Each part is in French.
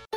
Ah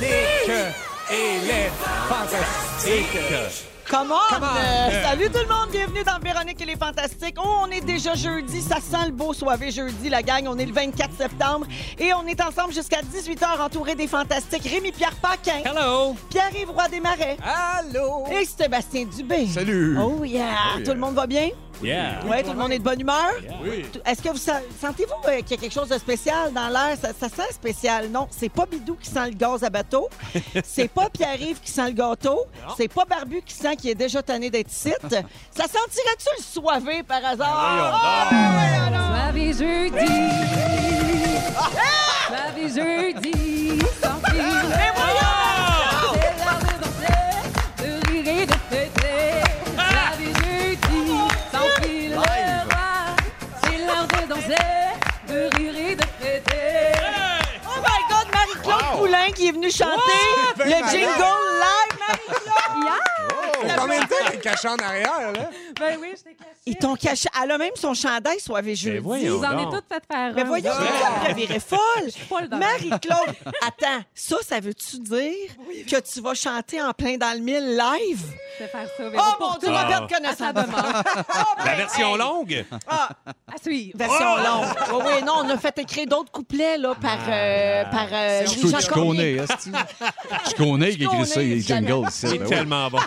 Véronique, elle est fantastique. Comment? Euh, Salut tout le monde, bienvenue dans Véronique et les Fantastiques. Oh, on est déjà jeudi, ça sent le beau soirée jeudi, la gang. On est le 24 septembre et on est ensemble jusqu'à 18h entouré des Fantastiques. Rémi-Pierre Paquin. Hello! Pierre-Yves Roy Desmarais. Allô? Et Sébastien Dubé. Salut. Oh yeah. Tout le monde va bien? Yeah! Oui, tout le monde est de bonne humeur? Oui. T- Est-ce que vous sa- sentez-vous euh, qu'il y a quelque chose de spécial dans l'air? Ça, ça sent spécial. Non, c'est pas Bidou qui sent le gaz à bateau. c'est pas Pierre-Yves qui sent le gâteau. C'est pas Barbu qui sent qu'il est déjà tanné d'être ici. ça sentirait-tu le soivé par hasard? Soirée jeudi. Soirée jeudi. Sans fil. C'est l'heure de danser, de rire et de fêter. Soirée jeudi. Sans fil. C'est l'heure de danser, de rire et de fêter. Oh, my God! Marie-Claude Poulain qui est venue chanter le malade. jingle live, Marie-Claude! En Oh! même temps, elle est cachée en arrière, hein? là. Ben oui, je t'ai Ils caché. t'ont caché. Elle a même son chandail soivé jeudi. voyons. Vous en donc. êtes toutes faites faire Mais un. Ouais. voyons, ça me revirait pas le folle. danger. Marie-Claude, attends, ça, ça veut-tu dire que tu vas chanter en plein dans le mille live? Je vais faire ça. mais Oh pour mon tout. Dieu, on va perdre À sa connaissance. demande. La version longue? Ah, À suivre. version longue. Oui, oui, non, on a fait écrire d'autres couplets là, par, euh, par euh, Je Régent Cormier. connais, esti. Je connais qui écrit ça, connais, les Diana. jingles. ici, C'est ben oui. tellement bon.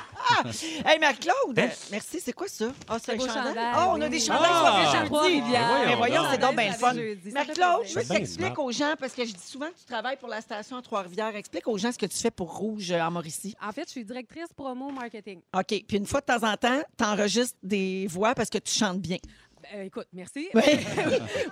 Hey, Marie-Claude, merci, c'est quoi ça? Ah, c'est un beau chandail. chandail, Ah, on a oui. des chandails Ah! soirée À jeudi. Trois-Rivières. Mais voyons, donc. c'est donc bien le fun. Jeudi, ça fait Marie-Claude, je plaisir. veux que bien t'expliques smart. aux gens, parce que je dis souvent que tu travailles pour la station à Trois-Rivières. Explique aux gens ce que tu fais pour Rouge euh, en Mauricie. En fait, je suis directrice promo marketing. OK. Puis une fois de temps en temps, t'enregistres des voix parce que tu chantes bien. Ben, écoute, merci. Oui.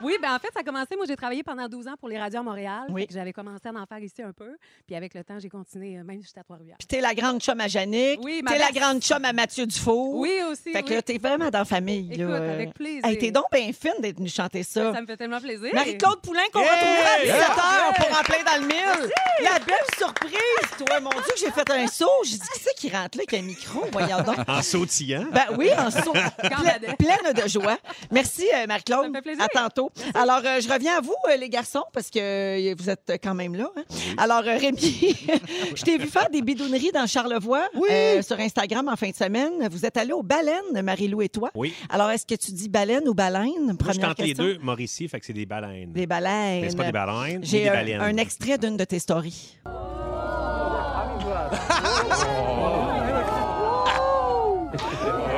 oui, ben en fait, ça a commencé. Moi, j'ai travaillé pendant 12 ans pour les radios à Montréal. Oui. Fait que J'avais commencé à en faire ici un peu. Puis avec le temps, j'ai continué, euh, même jusqu'à Trois-Rivières. Puis t'es la grande chum à Yannick. Oui, ma t'es la belle- grande chum à Mathieu Dufour. Oui, aussi. Fait que oui. là, t'es vraiment dans la famille. là. Écoute, avec plaisir. Hey, t'es donc bien fine d'être venue chanter ça. Ça me fait tellement plaisir. Marie-Claude Poulain qu'on retrouvera à 17h pour en plein dans le mille. La belle surprise, toi. Mon Dieu, j'ai fait un saut. J'ai dit, qui c'est qui rentre là avec un micro? Voyons donc. En sautillant? Ben oui, en saut. Ple- Gambadais. pleine de joie. Merci, euh, Marie-Claude. Ça me fait plaisir. À tantôt. Alors, euh, je reviens à vous, euh, les garçons, parce que euh, vous êtes quand même là. hein. Alors, euh, Rémi, je t'ai vu faire des bidouneries dans Charlevoix euh, sur Instagram en fin de semaine. Vous êtes allé aux baleines, Marie-Lou et toi. Oui. Alors, est-ce que tu dis baleine ou baleine? Moi, je Première tente les question. deux. Mauricie, fait que c'est des baleines. Des baleines. Mais c'est pas des baleines, mais J'ai des un- baleines. un extrait d'une de tes stories.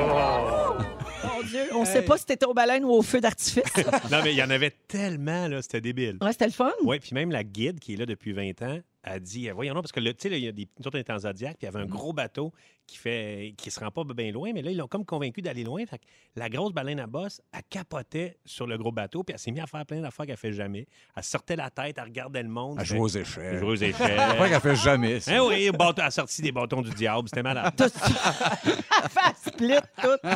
Mon Dieu, on sait pas si t'étais aux baleines ou au feu d'artifice. Non, mais il y en avait tellement, là, c'était débile. ouais, c'était le fun. Oui, puis même la guide qui est là depuis 20 ans a dit, euh, voyons, non, parce que, le- tu sais, là, il y a des nous autres, on était en Zodiac, puis il y avait Mm-hmm. un gros bateau qui fait qui se rend pas bien loin, mais là, ils l'ont comme convaincu d'aller loin. Fait que la grosse baleine à bosse, elle capotait sur le gros bateau, puis elle s'est mise à faire plein d'affaires qu'elle fait jamais. Elle sortait la tête, elle regardait le monde. Elle joue aux échelles. Jouer aux C'est pas échelles. qu'elle fait jamais. ça. Hein, oui, bâton- elle a sorti des bâtons du diable, c'était malade. Face split, tout.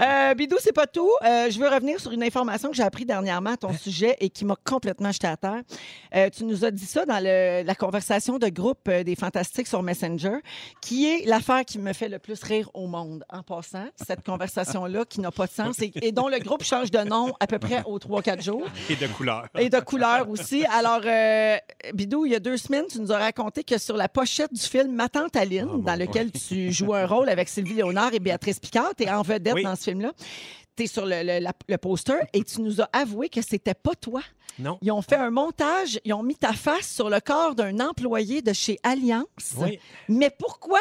Euh, Bidou, c'est pas tout. Euh, je veux revenir sur une information que j'ai appris dernièrement à ton sujet et qui m'a complètement jeté à terre. Euh, tu nous as dit ça dans le- la conversation de groupe euh, des Fantastiques sur Messenger, qui est l'affaire qui me fait le plus rire au monde. En passant, cette conversation-là qui n'a pas de sens et, et dont le groupe change de nom à peu près aux 3-4 jours Et de couleur. et de couleur aussi. Alors, euh, Bidou, il y a deux semaines, tu nous as raconté que sur la pochette du film Ma tante Aline, Ah, dans lequel tu joues un rôle avec Sylvie Léonard et Béatrice Picard, t'es en vedette Oui. dans ce film-là. T'es sur le, le- la- le poster et tu nous as avoué que c'était pas toi Non. Ils ont fait un montage, ils ont mis ta face sur le corps d'un employé de chez Alliance. Oui. Mais pourquoi?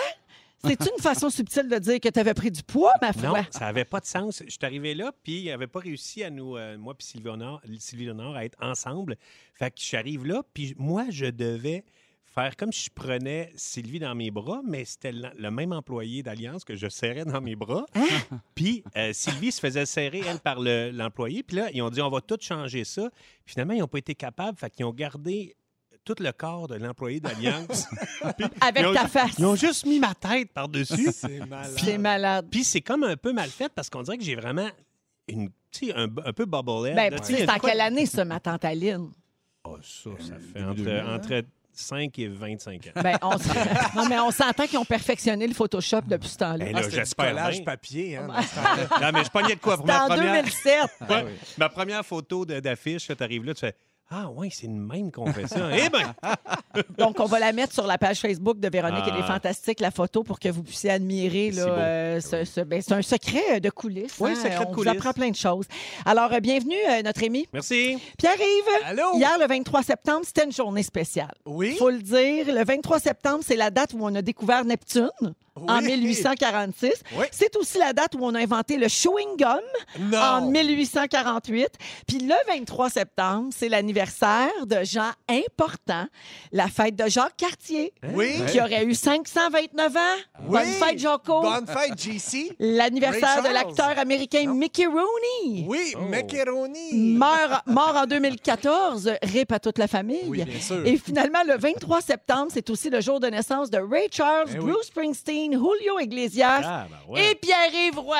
C'est une façon subtile de dire que tu avais pris du poids, ma foi. Non, ça n'avait pas de sens. Je suis arrivé là, puis il n'avait pas réussi à nous, euh, moi puis Sylvie Honor, Sylvie Honor, à être ensemble. Fait que je suis arrivé là, puis moi, je devais faire comme si je prenais Sylvie dans mes bras, mais c'était le le même employé d'Alliance que je serrais dans mes bras. Puis euh, Sylvie se faisait serrer, elle, par le- l'employé. puis là, ils ont dit, on va tout changer ça. Puis finalement, ils n'ont pas été capables. Fait qu'ils ont gardé tout le corps de l'employé d'Alliance. Puis Avec ils ont- ta face. Ils ont juste mis ma tête par-dessus. C'est malade. C'est malade. Puis c'est comme un peu mal fait parce qu'on dirait que j'ai vraiment une, tu sais, un, un peu bobblehead. Ben, là, tu tu sais, sais, il y a c'est de en quoi- quelle année, ça, ma tante Aline? Ah, ça, ça fait Début entre, 2000, hein? entre 5 et 25 ans. Ben, on s- non, mais on s'entend qu'ils ont perfectionné le Photoshop depuis ce temps-là. Ben Ah, là, c'était du j'espère collage bien. papier. Hein, non, mais je pognais de quoi pour C'était ma en première, 2007. Ah Ouais, ma première photo de- d'affiche. Tu arrives là, tu fais Ah, ouais, c'est une même qu'on fait ça. eh bien, Donc, on va la mettre sur la page Facebook de Véronique et les Ah. Fantastiques, la photo, pour que vous puissiez admirer. là, C'est beau. euh, ce- ce- ben, c'est un secret euh, de coulisses. Oui, hein. secret de on coulisses. vous apprend plein de choses. Alors, euh, bienvenue, euh, notre ami merci. Pierre-Yves. Allô? Hier, le 23 septembre, c'était une journée spéciale. Oui. faut le dire, le 23 septembre, c'est la date où on a découvert Neptune en Oui. 1846. Oui. C'est aussi la date où on a inventé le chewing gum Non. en 1848. Puis le 23 septembre, c'est l'anniversaire de gens importants, la fête de Jacques Cartier, Hein? Oui. qui aurait eu 529 ans. Oui. Bonne fête, Jaco. Bonne fête, JC. L'anniversaire Ray de Charles. l'acteur américain Mickey Rooney. Oui, Oh. macaroni. Mort, mort en 2014, rip à toute la famille. Oui, bien sûr. Et finalement, le 23 septembre, c'est aussi le jour de naissance de Ray Charles, Ben oui. Bruce Springsteen, Julio Iglesias Ah, ben ouais. et Pierre-Yves Roy.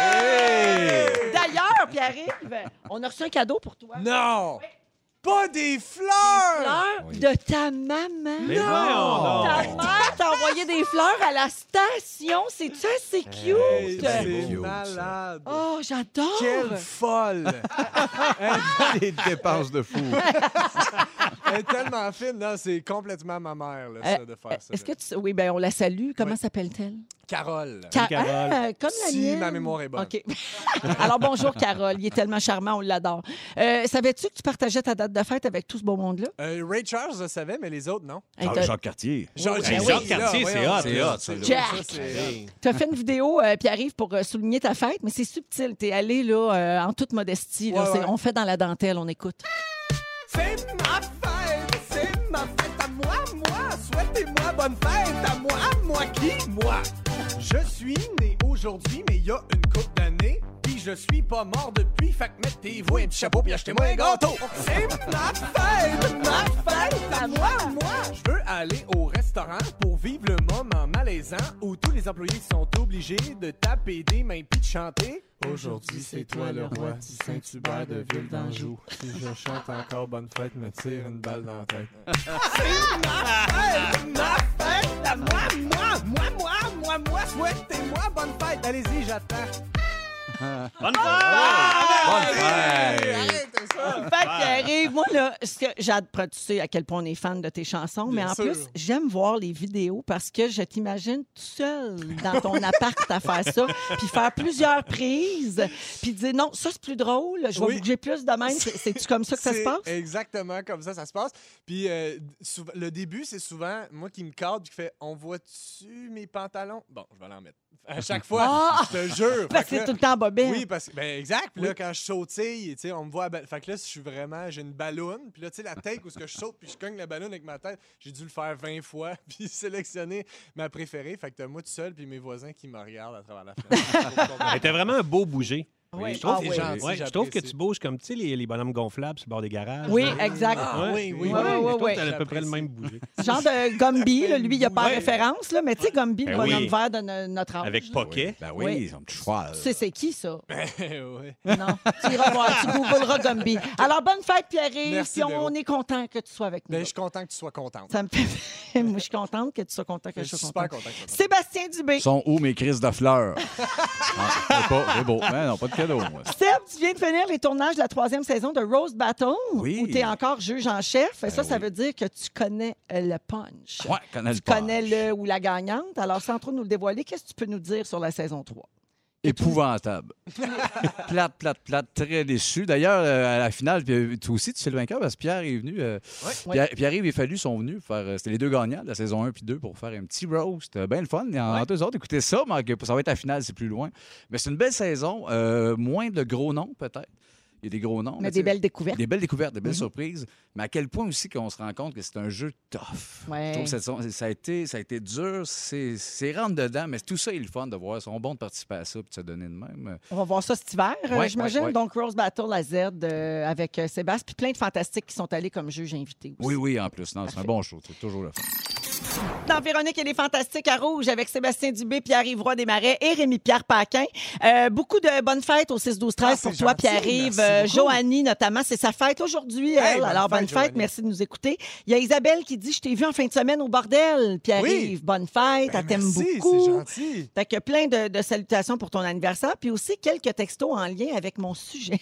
Ouais! D'ailleurs, Pierre-Yves, on a reçu un cadeau pour toi. Non! Pas des Des fleurs! fleurs de ta maman. Mais voyons Ta donc. mère t'a envoyé des fleurs à la station. C'est ça, c'est Hey, cute. bien C'est cute, ça. malade! Oh, j'adore. Quelle folle! Des dépenses de fou. Elle est tellement fine, là, c'est complètement ma mère, là, ça, Euh, de faire ça. Est-ce que là. tu... Oui, ben on la salue. Comment Oui. s'appelle-t-elle? Carole! Ca- Carole. Ah, comme la Si mienne. ma mémoire est bonne. OK. Alors, bonjour, Carole. Il est tellement charmant, on l'adore. Euh, Savais-tu que tu partageais ta date de fête avec tout ce beau monde-là? Euh, Ray Charles le savait, mais les autres, non. Hey, Ah, t'as- Jacques Cartier. Jean- Hey, oui, Jacques là, Cartier, c'est voyons, hot, c'est hot, ça, Jack! ça, c'est- Tu as fait une vidéo, euh, Pierre-Yves, pour euh, souligner ta fête, mais c'est subtil. Tu es allé là, euh, en toute modestie. là. Ouais, C'est- ouais. On fait dans la dentelle, on écoute. C'est ma fête, c'est ma fête à moi, moi. Souhaitez-moi bonne fête à moi, moi qui, moi. Je suis né aujourd'hui, mais il y a une coupe d'années. Puis je suis pas mort depuis, fait que mettez-vous un petit chapeau puis achetez-moi un gâteau. C'est ma fête, ma fête à moi, moi. Je veux aller au restaurant pour vivre le moment malaisant où tous les employés sont obligés de taper des mains puis de chanter. Aujourd'hui, c'est toi le roi du Saint-Hubert de Ville d'Anjou. Si je chante encore bonne fête, me tire une balle dans la tête. C'est ma fête, ma fête à moi, moi, moi, moi, moi, moi, souhaitez-moi bonne fête. Allez-y, j'attends. Bonne fête! Bonne fête. Fait que, Pierre-Yves, moi, là, ce que j'adore, tu sais à quel point on est fan de tes chansons, mais Bien en sûr. plus, j'aime voir les vidéos parce que je t'imagine tout seul dans ton appart à faire ça, puis faire plusieurs prises, puis dire non, ça c'est plus drôle, je vais Oui. bouger plus de même. C'est- C'est-tu comme ça que ça se C'est passe? Exactement comme ça, ça se passe. Puis euh, souvent- le début, c'est souvent moi qui me cadre qui fait On voit-tu mes pantalons Bon, je vais l'en mettre. À chaque fois, Ah! je te Parce que jure. Fait que c'est là- tout le temps bobine. Oui, parce que, ben exact. Puis là, quand je sautille, tu sais, on me voit. à ba- Fait que là, si je suis vraiment, j'ai une ballonne. Puis là, tu sais, la take où ce que je saute, puis je cogne la ballonne avec ma tête, j'ai dû le faire 20 fois, puis sélectionner ma préférée. Fait que t'as moi tout seul, puis mes voisins qui me regardent à travers la fenêtre. T'es vraiment un beau bouger. Oui. Je trouve, Ah que- oui. gentil, ouais, je trouve que j'apprécie. tu bouges comme tu sais, les, les bonhommes gonflables sur le bord des garages. Oui, là. exact. Ah, oui, oui, Ouais, ouais, Je ouais, trouve que ouais. t'as à peu près le J'apprécie. même bouger. Genre de Gumby, là, lui, il n'y a pas Ouais. de référence, là, mais tu sais, Gumby, le Ben bonhomme oui. vert de no- notre Ah. âge. Avec là. Pocket. Ben oui, Oui. ils ont du choix. Tu sais, c'est qui ça? Eh Ouais. Non. tu iras voir, tu googleras Gumby. Alors, bonne fête, Pierre-Yves. Merci, Puis on, Véro. on est content que tu sois avec nous. Ben, je suis content que tu sois contente. Ça me fait. Moi, je suis contente que tu sois content que Je je suis sois super contente. content que tu sois contente. Sébastien Dubé. sont où mes crises de fleurs? Ah, c'est pas, c'est beau. Ben non, pas de cadeau, moi. Seb, tu viens de finir les tournages de la troisième saison de Rose Battle, Oui. Ben où tu es encore juge en chef. ça, ça oui. veut dire que tu connais euh, le punch. Ouais, connais tu le punch. connais le ou la gagnante. Alors, sans trop nous le dévoiler, qu'est-ce que tu peux nous dire sur la saison 3? Épouvantable. plate, plate, plate, très déçu. D'ailleurs, euh, à la finale, puis, euh, toi aussi, tu fais le vainqueur parce que Pierre est venu. euh, Pierre, Pierre-Yves et Fallu sont venus faire. euh, C'était les deux gagnants de la saison 1 puis 2 pour faire un petit roast. Euh, Bien le fun. Et en, en deux autres, écoutez ça, manquez pas. ça va être la finale, c'est plus loin. Mais c'est une belle saison. euh, moins de gros noms, peut-être. Il y a des gros noms. Mais ben, tu sais, des belles découvertes. Des belles découvertes, Mhm. des belles surprises. Mais à quel point aussi qu'on se rend compte que c'est un jeu tough. Ouais. Je trouve que cette saison- ça a été, ça a été dur, c'est c'est rentre dedans, mais tout ça est le fun de voir. Ils sont bons de participer à ça puis de se donner de même. On va voir ça cet hiver, euh, Ouais, j'imagine. ouais, ouais. Donc, Rose Battle à Z euh, avec euh, Sébastien, puis plein de fantastiques qui sont allés comme juges invités aussi. Oui, oui, en plus. Non, c'est un bon show. C'est toujours le fun. Dans Véronique et les Fantastiques à Rouge avec Sébastien Dubé, Pierre-Yves Roy Desmarais et Rémi-Pierre Paquin. Euh, beaucoup de bonnes fêtes au 6-12-13 Ah, pour c'est toi, gentil, Pierre-Yves. merci Euh, beaucoup. Joanie, notamment, c'est sa fête aujourd'hui. elle. bonne Alors, bonne fête, fête, Joanie. merci de nous écouter. Il y a Isabelle qui dit Je t'ai vu en fin de semaine au bordel, Pierre-Yves. Oui. Bonne fête, Ben, elle t'aime merci, beaucoup. C'est gentil. Fait que plein de, de salutations pour ton anniversaire, puis aussi quelques textos en lien avec mon sujet.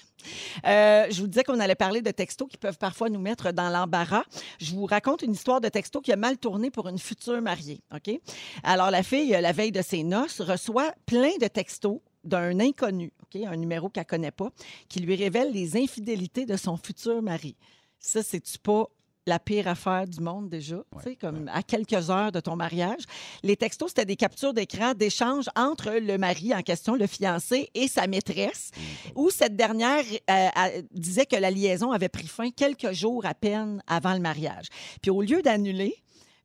Euh, je vous disais qu'on allait parler de textos qui peuvent parfois nous mettre dans l'embarras. Je vous raconte une histoire de texto qui a mal tourné pour une future mariée. OK? Alors, la fille, euh, la veille de ses noces, reçoit plein de textos d'un inconnu, OK? un numéro qu'elle ne connaît pas, qui lui révèle les infidélités de son futur mari. Ça, c'est-tu pas la pire affaire du monde déjà? Tu sais, comme à quelques heures de ton mariage. Les textos, c'était des captures d'écran d'échanges entre le mari en question, le fiancé, et sa maîtresse, où cette dernière euh, a- disait que la liaison avait pris fin quelques jours à peine avant le mariage. Puis au lieu d'annuler,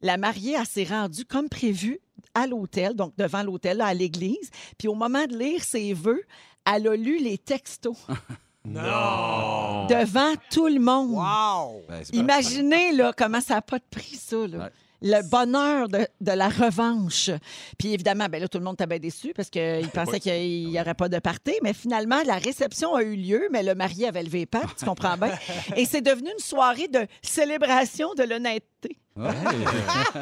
la mariée elle s'est rendue comme prévu à l'hôtel, donc devant l'hôtel, là, à l'église. Puis au moment de lire ses vœux, elle a lu les textos Non! devant tout le monde. Wow! Ben, c'est pas- Imaginez là, comment ça n'a pas de prix, ça. là. Ouais. Le bonheur de, de la revanche. Puis évidemment, ben là, tout le monde était bien déçu parce qu'il pensait qu'il n'y aurait pas de party. Mais finalement, la réception a eu lieu, mais le marié avait levé les pattes, tu comprends bien. Et c'est devenu une soirée de célébration de l'honnêteté. Ouais. Ouais,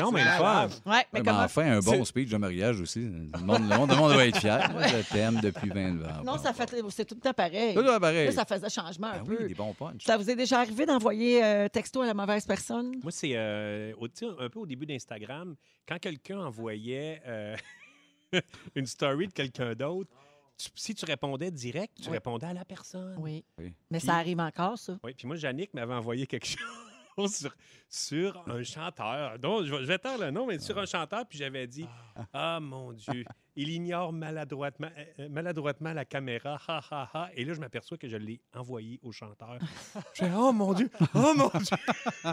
Non, mais le fun! Oui, mais Ah, mais comment... enfin, un bon speech de mariage aussi. Le monde, le monde- le monde va être fier. Je t'aime depuis 20 ans. Non, ça fait... c'est tout le temps pareil. Tout le temps pareil. Là, ça faisait changement un Ah peu. oui, des bons punchs. Ça vous est déjà arrivé d'envoyer euh, texto à la mauvaise personne? Moi, c'est euh, au- tu sais, un peu au début d'Instagram, quand quelqu'un envoyait euh, une story de quelqu'un d'autre, tu- si tu répondais direct, tu Oui. répondais à la personne. Oui, Oui. Oui. Mais ça arrive encore, ça. puis moi, Yannick m'avait envoyé quelque chose sur, sur un chanteur. Donc, je, vais- je vais taire le nom, mais sur un chanteur, puis j'avais dit Ah mon Dieu, il ignore maladroitement, euh, euh, maladroitement la caméra, ha ha ha. Et là, je m'aperçois que je l'ai envoyé au chanteur. je fais Oh mon Dieu, oh mon Dieu.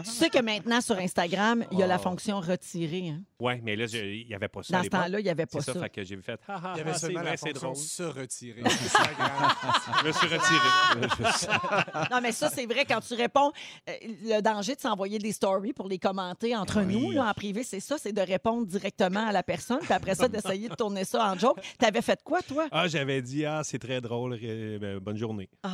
Tu sais que maintenant, sur Instagram, il y a Oh. la fonction retirer. hein. Ouais, mais là, je- il n'y avait pas ça. à Dans ce l'époque. temps-là, il n'y avait pas C'est ça. ça, fait que j'ai fait ah, ah, Il y ah, avait c'est seulement vrai, la c'est fonction drôle. se retirer. Instagram. Je me suis retiré. Non, mais ça, c'est vrai, quand tu réponds, euh, le danger de s'envoyer des stories pour les commenter entre nous, là, en privé, c'est ça, c'est de répondre directement à la personne, puis après ça, d'essayer de tourner ça en joke. T'avais fait quoi, toi? Ah, j'avais dit ah, c'est très drôle, euh, ben, bonne journée. Ah,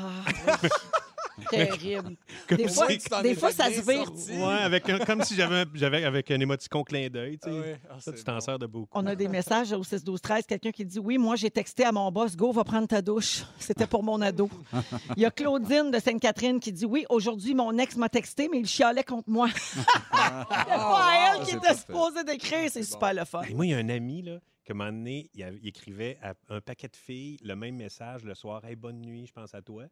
oui. terrible. Des fois, si tu t'en des étais fois, ça bien se vire. sorti. Ouais, avec un- comme si j'avais j'avais avec un émoticon clin d'œil, Ah tu sais. ouais, ah, Ça, c'est tu t'en bon. sers de beaucoup. On a des messages au 6 12 13 quelqu'un qui dit oui, moi j'ai texté à mon boss go va prendre ta douche. C'était pour mon ado. Il y a Claudine de Sainte-Catherine qui dit oui, aujourd'hui mon ex m'a texté mais il chialait contre moi. C'est pas elle qui c'est était parfait. supposée d'écrire, c'est super le fun. Et moi, il y a un ami là, que un moment donné, il, avait- il écrivait à un paquet de filles le même message le soir Hey, bonne nuit, je pense à toi.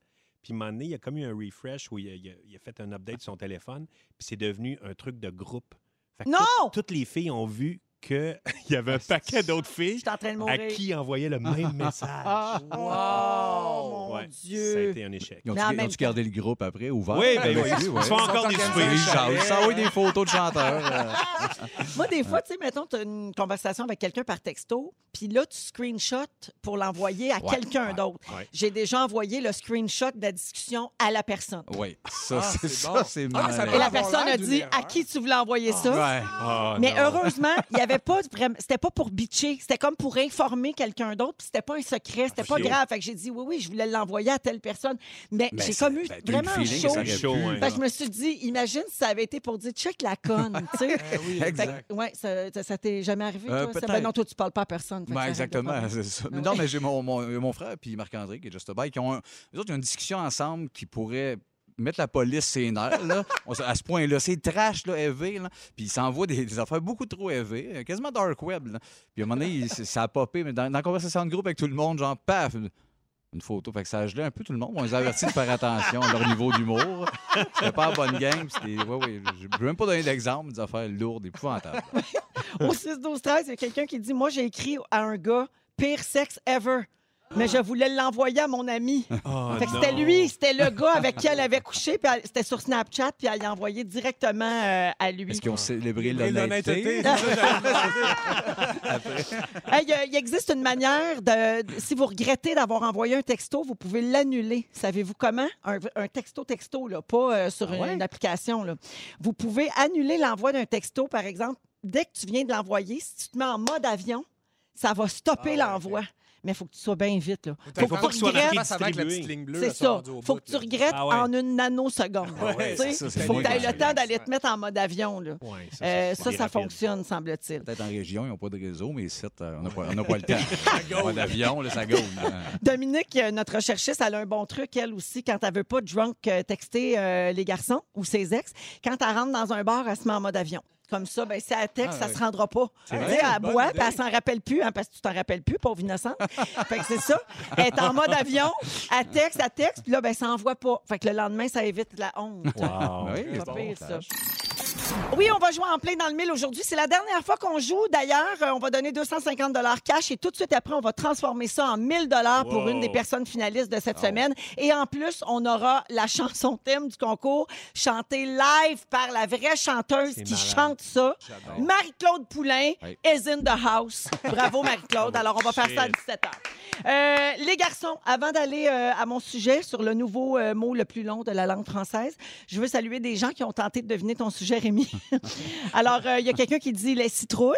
Puis un moment donné, il y a comme eu un refresh où il a, il a- il a fait un update sur son téléphone, puis c'est devenu un truc de groupe. Fait que Non! tout- toutes les filles ont vu qu'il y avait un paquet d'autres filles J'étais en train de à mourir. qui envoyait le même message. Wow, mon Ouais, Ça a Dieu. été un échec. Ils ont-tu Mais en ils même ont-tu gardé le groupe après, ouvert? Ah, Oui, ben oui, Avec lui, ils ouais. se font encore des organisés. Oui, soupers. ils jasent. Ça envoie des photos de chanteurs. euh. Moi, des fois, tu sais, mettons, tu as une conversation avec quelqu'un par texto, puis là, tu screenshot pour l'envoyer à Ouais, quelqu'un ouais, d'autre. ouais. J'ai déjà envoyé le screenshot de la discussion à la personne. Oui, ça, Ah, c'est c'est ça, bon. c'est Ah, ça mal. Et peut la avoir personne l'air a d'une dit à erreur. qui tu voulais envoyer ça. Ouais. Ah, Mais non. heureusement, il n'y avait pas vraiment. C'était pas pour bitcher, c'était comme pour informer quelqu'un d'autre, puis c'était pas un secret, c'était pas Ok. grave. Fait que j'ai dit oui, oui, je voulais l'envoyer à telle personne. Mais, Ben, j'ai ça- comme eu ben, t'as eu le vraiment feeling que chaud. ça aurait Chaud, pu, ouais. Fait là. que je me suis dit, imagine si ça avait été pour dire check la conne, tu sais. oui, Fait que- exact. ouais, ça, ça, ça t'est jamais arrivé, Eh Euh, toi, ça? peut-être. Ben non, toi, tu parles pas à personne. fait que Ben, ça arrive pas. exactement, c'est ça. Ben Mais non, mais j'ai mon, mon, mon frère puis Marc-André, qui est juste bike, qui ont, un- eux autres, ils ont une discussion ensemble qui pourrait mettre la police ses nerfs, là. On s- à ce point-là. C'est trash, là, élevé, là. Puis il s'envoie des, des affaires beaucoup trop élevées, euh, quasiment dark web, là. Puis à un moment donné, il- ça a popé, mais dans, dans la conversation de groupe avec tout le monde, genre, paf! Une photo. Fait que ça a gelé un peu tout le monde. On les a avertis de faire attention à leur niveau d'humour. C'était pas la bonne game. C'était. Ouais, ouais. Je peux même pas donner d'exemple des affaires lourdes, épouvantables. Au 6-12-13, il y a quelqu'un qui dit Moi, j'ai écrit à un gars, pire sexe ever. Mais je voulais l'envoyer à mon ami. Fait que c'était lui, c'était le gars avec qui elle avait couché, puis elle- c'était sur Snapchat, puis elle l'a envoyé directement euh, à lui. Est-ce qu'ils ont célébré Et l'honnêteté? l'honnêteté. Hey, euh, il existe une manière de. de- Si vous regrettez d'avoir envoyé un texto, vous pouvez l'annuler. Savez-vous comment? Un, un texto, texto, là, pas euh, sur Ah ouais? une application. Là. Vous pouvez annuler l'envoi d'un texto, par exemple, dès que tu viens de l'envoyer, si tu te mets en mode avion, ça va stopper Ah ouais, l'envoi. Mais il faut que tu sois bien vite. Là. Faut pas que tu qu'il soit marqué regrettes. Face avec la distribué. petite ligne bleue. C'est là, ça. rendu au faut bout, que tu là. regrettes Ah ouais. en une nanoseconde. Ah ouais, Tu sais, ça, c'est faut moins que tu aies le dangereux. temps d'aller te mettre en mode avion. Là. Ouais, ça, Euh, c'est- ça, c'est ça rapide. fonctionne, semble-t-il. Peut-être en région, ils n'ont pas de réseau, mais ici, euh, on n'a pas, on n'a pas le temps. Pas d'avion, là, ça gaule. hein. Dominique, euh, notre recherchiste, elle a un bon truc, elle aussi, quand elle veut pas drunk euh, texter euh, les garçons ou ses ex. Quand elle rentre dans un bar, elle se met en mode avion. Comme ça, ben, si elle texte, Ah, ça oui. se rendra pas. Tu vrai, sais, elle bonne boit, idée. puis elle s'en rappelle plus, hein, parce que tu t'en rappelles plus, pauvre innocente. fait que c'est ça. Elle est en mode avion, elle texte, elle texte, puis là, ben, ça envoie pas. Fait que le lendemain, ça évite la honte. Wow. Oui, Ah, Pas c'est bon, pire, ça. tâche. Oui, on va jouer en plein dans le mille aujourd'hui. C'est la dernière fois qu'on joue. D'ailleurs, euh, on va donner 250 dollars cash et tout de suite après, on va transformer ça en 1000 dollars pour Wow. une des personnes finalistes de cette semaine. Et en plus, on aura la chanson thème du concours chantée live par la vraie chanteuse C'est qui malade. chante ça, J'adore. Marie-Claude Poulain, Oui. is in the house. Bravo Marie-Claude. Alors, on va faire ça à Shit. 17 heures. Euh, les garçons, avant d'aller euh, à mon sujet sur le nouveau euh, mot le plus long de la langue française, je veux saluer des gens qui ont tenté de deviner ton sujet, Rémi. Alors, euh, il y a quelqu'un qui dit les citrouilles.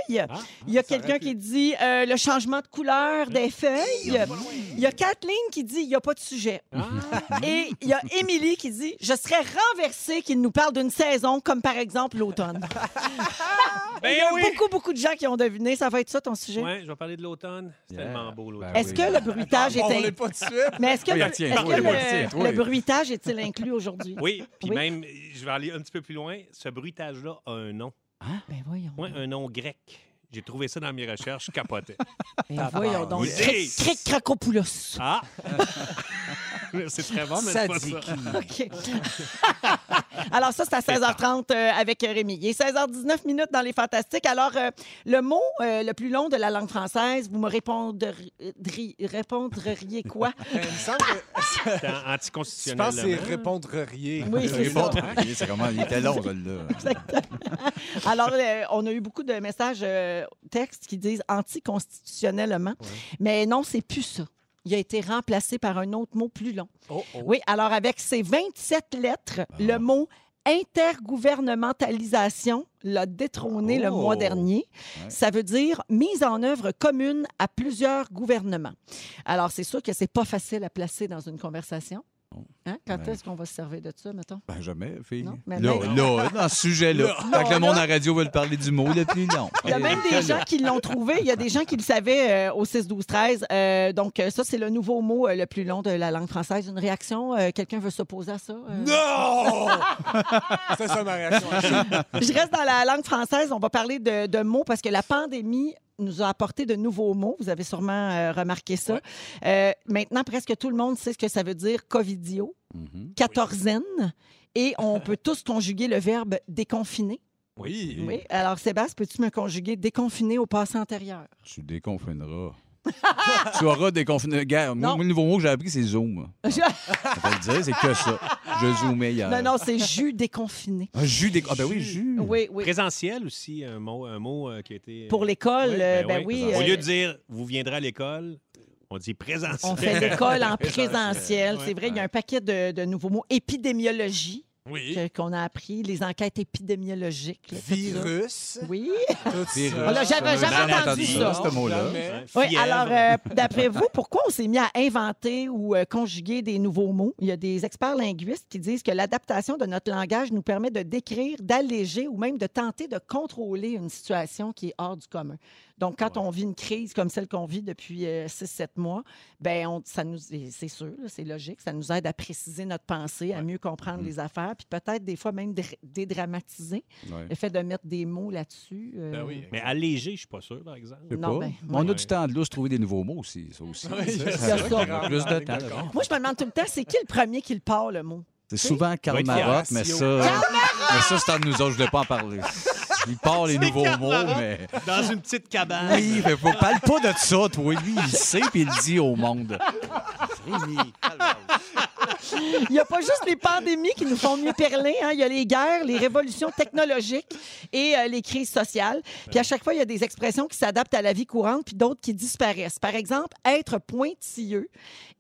Il y a quelqu'un qui dit euh, le changement de couleur des feuilles. Il y a Kathleen qui dit il n'y a pas de sujet. Ah, Et il y a Émilie qui dit je serais renversée qu'il nous parle d'une saison comme par exemple l'automne. il y a beaucoup, beaucoup de gens qui ont deviné. Ça va être ça ton sujet? Ouais, je vais parler de l'automne. C'est Yeah. tellement beau, l'automne. Ah Ben Est-ce que le bruitage est... On in- l'est pas tout de suite. Ah, Mais est-ce que, Oui, le, elle tient, est-ce oui, que oui, le- elle tient, oui. le bruitage est-il inclus aujourd'hui? Oui, puis Oui. même, je vais aller un petit peu plus loin. Ce bruitage-là a un nom. Ben voyons. Moi, un nom grec. J'ai trouvé ça dans mes recherches, je capotais. Ben voyons donc. Oui. Cric, cric, cracopoulos. Ah! c'est très bon, mais c'est pas ça. OK. Alors ça, c'est à 16h30 euh, avec Rémi. Il est 16h19 minutes dans les Fantastiques. Alors, euh, le mot euh, le plus long de la langue française, vous me répondri- dri- répondriez quoi? Euh, Mais il me semble que. C'est an- Je anticonstitutionnel. pense que c'est là. répondre rien. Oui, c'est ça. Bon, c'est comment, il était long, celle-là. Alors, euh, on a eu beaucoup de messages euh, textes qui disent anticonstitutionnellement. Mais non, c'est plus ça. Il a été remplacé par un autre mot plus long. Oh, oh. Oui, alors avec ces 27 lettres, le mot intergouvernementalisation l'a détrôné le Oh. mois dernier. Ouais. Ça veut dire mise en œuvre commune à plusieurs gouvernements. Alors, c'est sûr que c'est pas facile à placer dans une conversation. Hein? Quand Ben. est-ce qu'on va se servir de ça, mettons? Ben, jamais, fille. Non, mais là, ben- là, dans ce sujet-là. Quand que là. le monde en radio veut le parler du mot le plus long. Il y Ah, a même des gens qui l'ont trouvé. Il y a des gens qui le savaient euh, au 6-12-13. Euh, donc, euh, ça, c'est le nouveau mot euh, le plus long de la langue française. Une réaction? Euh, Quelqu'un veut s'opposer à ça? Euh, Non! C'est ça ma réaction. Je reste dans la langue française. On va parler de, de mots parce que la pandémie nous a apporté de nouveaux mots. Vous avez sûrement euh, remarqué ça. Euh, maintenant, presque tout le monde sait ce que ça veut dire covidio, Mhm. quatorzaine. Et on peut tous conjuguer le verbe déconfiner. Oui. Oui. Alors, Sébastien, peux-tu me conjuguer déconfiner au passé antérieur? Tu déconfineras. tu auras déconfiné. Regarde, moi, Non. le nouveau mot que j'ai appris, c'est Zoom. Je Je- vais le dire, c'est que ça. Je zoomais Euh. hier. Non, non, c'est jus déconfiné. Ah, jus des... ah ben oui, jus. Oui, oui. Présentiel aussi, un mot, un mot euh, qui a été. Pour l'école, euh, ben, oui. Au euh, lieu de dire vous viendrez à l'école, on dit présentiel. On fait l'école en présentiel. Ouais. C'est vrai, il y a un paquet de, de nouveaux mots. Épidémiologie. Oui. que- qu'on a appris, les enquêtes épidémiologiques. là, tout ça. Virus. Oui. Tout ça. Ah, là, j'avais jamais Jamais entendu entendu ça. ça, ce mot-là. Jamais. Oui, Fièvre. alors, euh, d'après vous, pourquoi on s'est mis à inventer ou euh, conjuguer des nouveaux mots? Il y a des experts linguistes qui disent que l'adaptation de notre langage nous permet de décrire, d'alléger ou même de tenter de contrôler une situation qui est hors du commun. Donc, quand on vit une crise comme celle qu'on vit depuis 6-7 mois, ben on- ça nous, et c'est sûr, là, c'est logique, ça nous aide à préciser notre pensée, à mieux comprendre Mm. les affaires, puis peut-être des fois même dr- dédramatiser. Ouais. Le fait de mettre des mots là-dessus. Ben euh, oui. Mais allégé, je suis pas sûr, par exemple. Je sais Non, pas. ben, On a ouais. du temps de lousse, trouver des nouveaux mots aussi. Ça aussi. Oui, Ça, c'est ça, ça. ça, on a plus de temps. là-dedans. Moi, je me demande tout le temps, c'est qui le premier qui le part, le mot? C'est souvent Karl Marotte, mais ça, mais ça c'est un de nous autres, je ne voulais pas en parler. Il part les nouveaux mots, mais. Dans une petite cabane. Oui, mais faut- parle pas de ça, toi. Lui, il sait puis il le dit au monde. Il n'y a pas juste les pandémies qui nous font mieux perler. hein. Il y a les guerres, les révolutions technologiques et euh, les crises sociales. Puis à chaque fois, il y a des expressions qui s'adaptent à la vie courante puis d'autres qui disparaissent. Par exemple, être pointilleux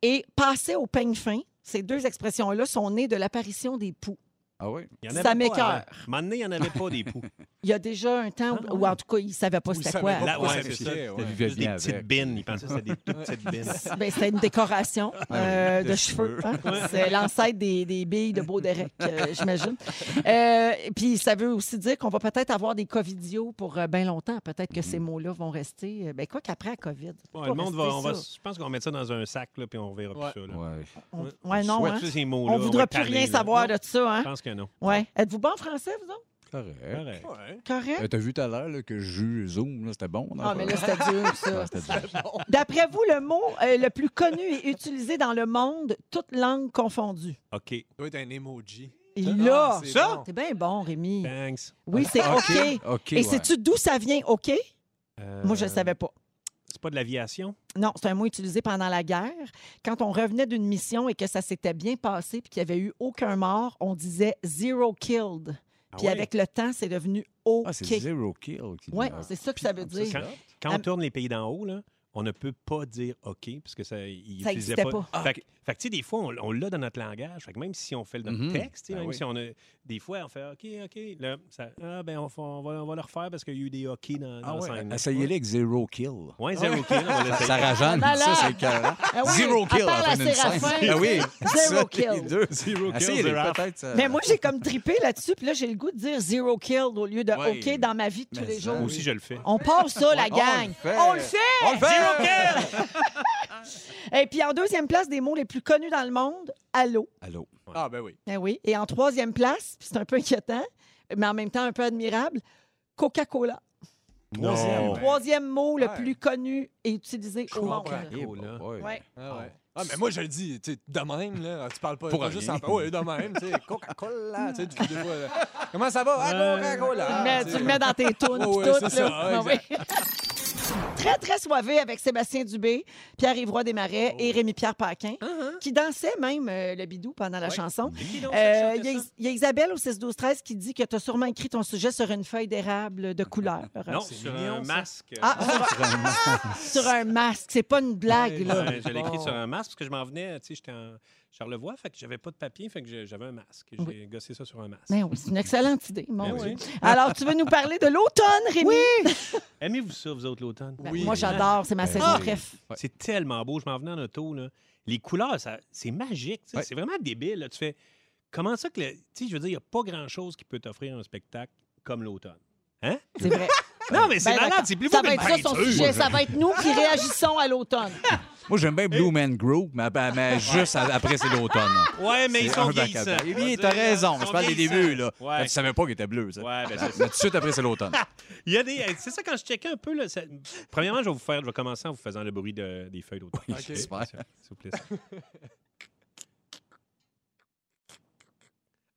et passer au peigne fin. Ces deux expressions-là sont nées de l'apparition des poux. Ah oui? Il y Ça avait pas m'écoeure. avant. Un moment donné, il n'y en avait pas des poux. Il y a déjà un temps, où- Ah ou en tout cas, ils ne savaient pas Vous c'était savez quoi. pas Là, pourquoi ouais, ça c'est piquait, ça. ouais. Il Juste vivait des avec. petites bines. Ils pensaient que c'était des toutes petites bines. Ben, c'était une décoration euh, de cheveux. hein. C'est l'ancêtre des, des billes de beau Derek, euh, j'imagine. Euh, Puis ça veut aussi dire qu'on va peut-être avoir des covidios pour euh, bien longtemps. Peut-être que ces mots-là vont rester. euh, Ben, quoi qu'après la COVID. Ouais, pas le monde va, rester on va- ça. je pense qu'on va mettre ça dans un sac, là, puis on verra Ouais. plus ça. Là. Ouais. On- ouais, non, Soit hein? tous ces mots-là, On voudra va plus tanner, rien là. savoir de ça, Je hein? pense que non. Ouais. Êtes-vous bon en français, vous autres? Correct. Correct. Ouais. Correct? Euh, T'as vu tout à l'heure là, que jus Zoom, là, c'était bon. non? Ah, mais là, c'était dur, ça. Ouais, c'était dur. D'après vous, le mot euh, le plus connu et utilisé dans le monde, toutes langues confondues? OK. doit être un emoji. Et là, Ah, c'est Ça? bon. c'est bien bon, Rémi. Thanks. Oui, c'est OK. OK. Et sais-tu d'où ça vient, OK? Euh, Moi, je ne savais pas. C'est pas de l'aviation? Non, c'est un mot utilisé pendant la guerre. Quand on revenait d'une mission et que ça s'était bien passé puis qu'il n'y avait eu aucun mort, on disait zero killed. Ah Puis ouais? avec le temps, c'est devenu OK. Ah, c'est zero kill. qui- ah, oui, c'est ça que ça veut dire. Quand, quand on tourne les pays d'en haut, là, on ne peut pas dire OK parce que ça il Ça utilisait existait pas. pas. Fait, que- fait que, tu sais, des fois, on, on l'a dans notre langage. Fait que même si on fait notre Mhm. texte, tu sais, Ah même oui. si on a. Des fois, on fait OK, OK. Là, ça, ah, ben, on, fa- on va, on va le refaire parce qu'il y a eu des OK dans, dans Ah la ouais, scène. essayez-le avec zero kill. Ouais, zéro kill, on va Ça, l'essayer. ça rajeune, Malade. ça, c'est carré. Ah oui, Zero à kill part à la fin la d'une scène. Séraphin. Ah oui, Zero ça, kill. les deux. Zero kill, Essayez-les, zero off. peut-être. ça- Mais moi, j'ai comme tripé là-dessus, puis là, j'ai le goût de dire zero killed au lieu de Ouais. OK dans ma vie de tous Mais les ça, jours. Moi aussi, je le fais. On passe ça, la gang. On le fait! On le fait! Et puis en deuxième place, des mots les plus connus dans le monde, allô. Allô. Ah, ben oui. Ben oui. Et en troisième place, puis c'est un peu inquiétant, mais en même temps un peu admirable, Coca-Cola. Non. Ouais. Troisième mot le Ouais. plus connu et utilisé au monde. comprends. Eh, là. boy. Ouais. Ah, ouais. Ah, mais moi, je le dis, tu sais, de même, là. Ah, Tu parles pas, Pour pas rien. juste en... Ouais, de même, tu sais, Coca-Cola, tu sais, tu fais des fois, là, Comment ça va? Ah, Tu Coca-Cola! le mets, tu tu sais. le mets dans tes tunes. Ouais, pis ouais, tout, c'est là. ça, Ah oui. Très, très soivé avec Sébastien Dubé, Pierre-Yves Roy Desmarais et Oh. Rémi-Pierre Paquin, Uh-huh. qui dansaient même euh, le bidou pendant la chanson. Euh, Il y, a Is- il y a Isabelle au 6-12-13 qui dit que tu as sûrement écrit ton sujet sur une feuille d'érable de couleur. Euh, Non, sur un masque. Ah, sur un, sur un masque. C'est pas une blague, là. Ouais, je l'ai écrit sur un masque parce que je m'en venais, tu sais, j'étais en Charlevoix, fait que j'avais pas de papier, fait que j'ai- j'avais un masque. J'ai gossé ça sur un masque. Ben oui, c'est une excellente idée, mon Ben Dieu. oui. Alors, tu veux nous parler de l'automne, Rémi? Aimez-vous ça, vous autres, l'automne? Ben, Oui. Moi, j'adore. C'est ma saison Ah! préf. Ouais. C'est tellement beau. Je m'en venais en auto. Là. Les couleurs, ça, c'est magique. tu sais. Ouais. C'est vraiment débile. là. Tu fais comment ça que. le- Tu sais, je veux dire, il n'y a pas grand-chose qui peut t'offrir un spectacle comme l'automne. Hein? C'est vrai. Non, mais c'est Ben, malade. d'accord. C'est plus beau ça que va une être ça son peinture. sujet. Ça va être nous qui réagissons à l'automne. Moi, j'aime bien Blue Man Group, mais, mais juste a- après, c'est l'automne. Ouais, mais ils C'est sont un bac à vieillissants. bac. Eh bien, On t'as va dire, euh, raison. ils Je sont parle des vieillissants. débuts, là. Ouais. Quand Tu savais pas qu'il était bleu, ça. Ouais, ben, c'est Mais tout de suite après, c'est l'automne. Il y a des. C'est ça quand je checkais un peu. Là, ça- Premièrement, je vais vous faire. Je vais commencer en vous faisant le bruit de- des feuilles d'automne. Ok. J'espère. S'il vous plaît.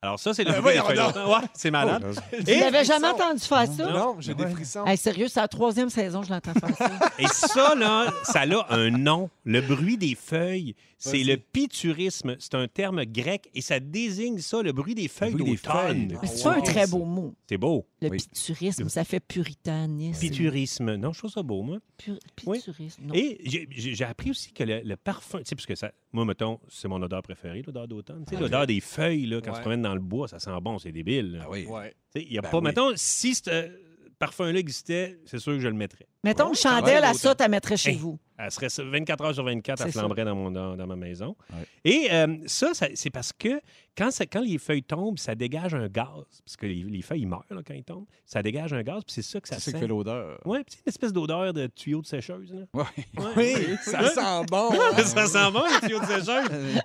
Alors ça, c'est le bruit des voyons feuilles donc. d'automne. Ouais, c'est malade. Je Et- n'avais jamais entendu faire ça. Non, j'ai des frissons. Hey, sérieux, c'est la troisième saison que je l'entends faire ça. Et ça, là, ça a un nom. Le bruit des feuilles, c'est Vas-y. le pithurisme. C'est un terme grec et ça désigne ça, le bruit des feuilles bruit des feuilles. d'automne. Ah, Mais c'est pas un très beau mot. C'est beau. Le Oui. piturisme, ça fait puritanisme. Piturisme. Non, je trouve ça beau, moi. Pur- Oui. piturisme, non. Et j'ai- j'ai j'ai appris aussi que le, le parfum, tu sais, parce que ça, moi, mettons, c'est mon odeur préférée, l'odeur d'automne. Tu sais, l'odeur des feuilles, là, quand Ouais. tu te promènes dans le bois, ça sent bon, c'est débile. là. Ah oui. Ouais. Tu sais, il y a Ben pas, oui. mettons, si ce euh, parfum-là existait, c'est sûr que je le mettrais. Mettons une chandelle à ça, tu la mettrais chez Hey. vous. Elle serait sur- 24 heures sur 24, elle C'est ça. flamberait dans, mon, dans, dans ma maison. Ouais. Et euh, ça, ça- c'est parce que quand, ça- quand les feuilles tombent, ça dégage un gaz. Parce que les, les feuilles ils meurent là, quand ils tombent. Ça dégage un gaz, puis c'est ça que ça C'est ce sent. que fait l'odeur. Ouais, puis c'est une espèce d'odeur de tuyau de sécheuse. Là. Oui. Ouais. Oui, ça Ouais. sent bon. hein. ça sent bon, les tuyaux de sécheuse.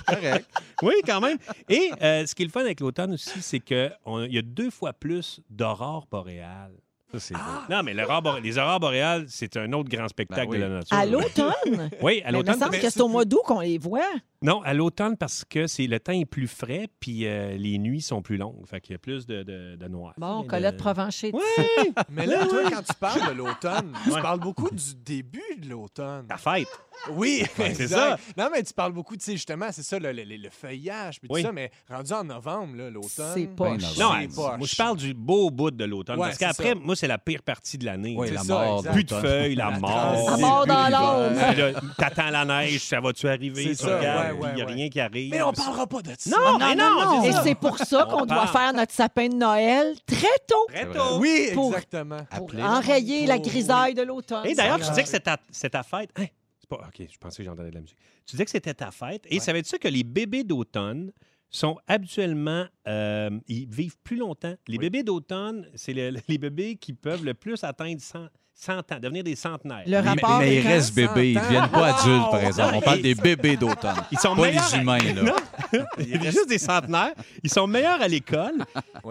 Correct. Oui, quand même. Et euh, ce qui est le fun avec l'automne aussi, c'est qu'il y a deux fois plus d'aurores boréales. Ah! Ça, c'est Non, mais l'aurore boré- les aurores boréales, c'est un autre grand spectacle Ben oui. de la nature. À l'automne? Oui, Mais à Il me l'automne. semble mais- que c'est au mois d'août qu'on les voit. Non, à l'automne parce que c'est le temps est plus frais puis euh, les nuits sont plus longues. Fait qu'il y a plus de, de, de noir. Bon, De- Colette Provencher. Oui! Mais là, toi, quand tu parles de l'automne, tu Ouais. parles beaucoup du début de l'automne. La fête. Oui, Ouais, c'est exact. ça. Non, mais tu parles beaucoup, tu sais, justement, c'est ça, le, le- le- le feuillage, puis Oui. tout ça, mais rendu en novembre, là, l'automne. C'est poche. Ben, Non, C'est elle- poche. moi, je parle du beau bout de l'automne. Ouais, parce c'est qu'après, ça. moi, c'est la pire partie de l'année. Oui, C'est la ça, mort. exact. Plus de feuilles, la La mort. transition. À mort dans l'automne. l'ombre. Ben là, T'attends la neige, ça va-tu arriver? C'est Tu ça, regardes, ouais, puis il n'y a ouais, rien qui arrive. Mais on parlera pas de ça. Non, mais non, Et c'est ça. c'est pour ça qu'on On doit parle. faire notre sapin de Noël très tôt Très C'est tôt. Oui, Pour- Ah exactement. pour Appelez. enrayer la Oh, oui. grisaille de l'automne. Et d'ailleurs, tu Ça, disais que c'est ta, c'est ta fête. Hein? C'est pas... OK, je pensais que j'entendais de la musique. Tu disais que c'était ta fête. Et Ouais. savais-tu que les bébés d'automne sont habituellement... euh, ils vivent plus longtemps. Les bébés d'automne, c'est le- les bébés qui peuvent le plus atteindre 100, 100 ans, devenir des centenaires. Le Mais, rapport mais est ils quand- restent bébés. Ils ne deviennent pas Ah, adultes, par exemple. On parle Et- des bébés d'automne. Ils sont Pas meilleurs les à- humains, là. Non, ils sont juste des centenaires. Ils sont meilleurs à l'école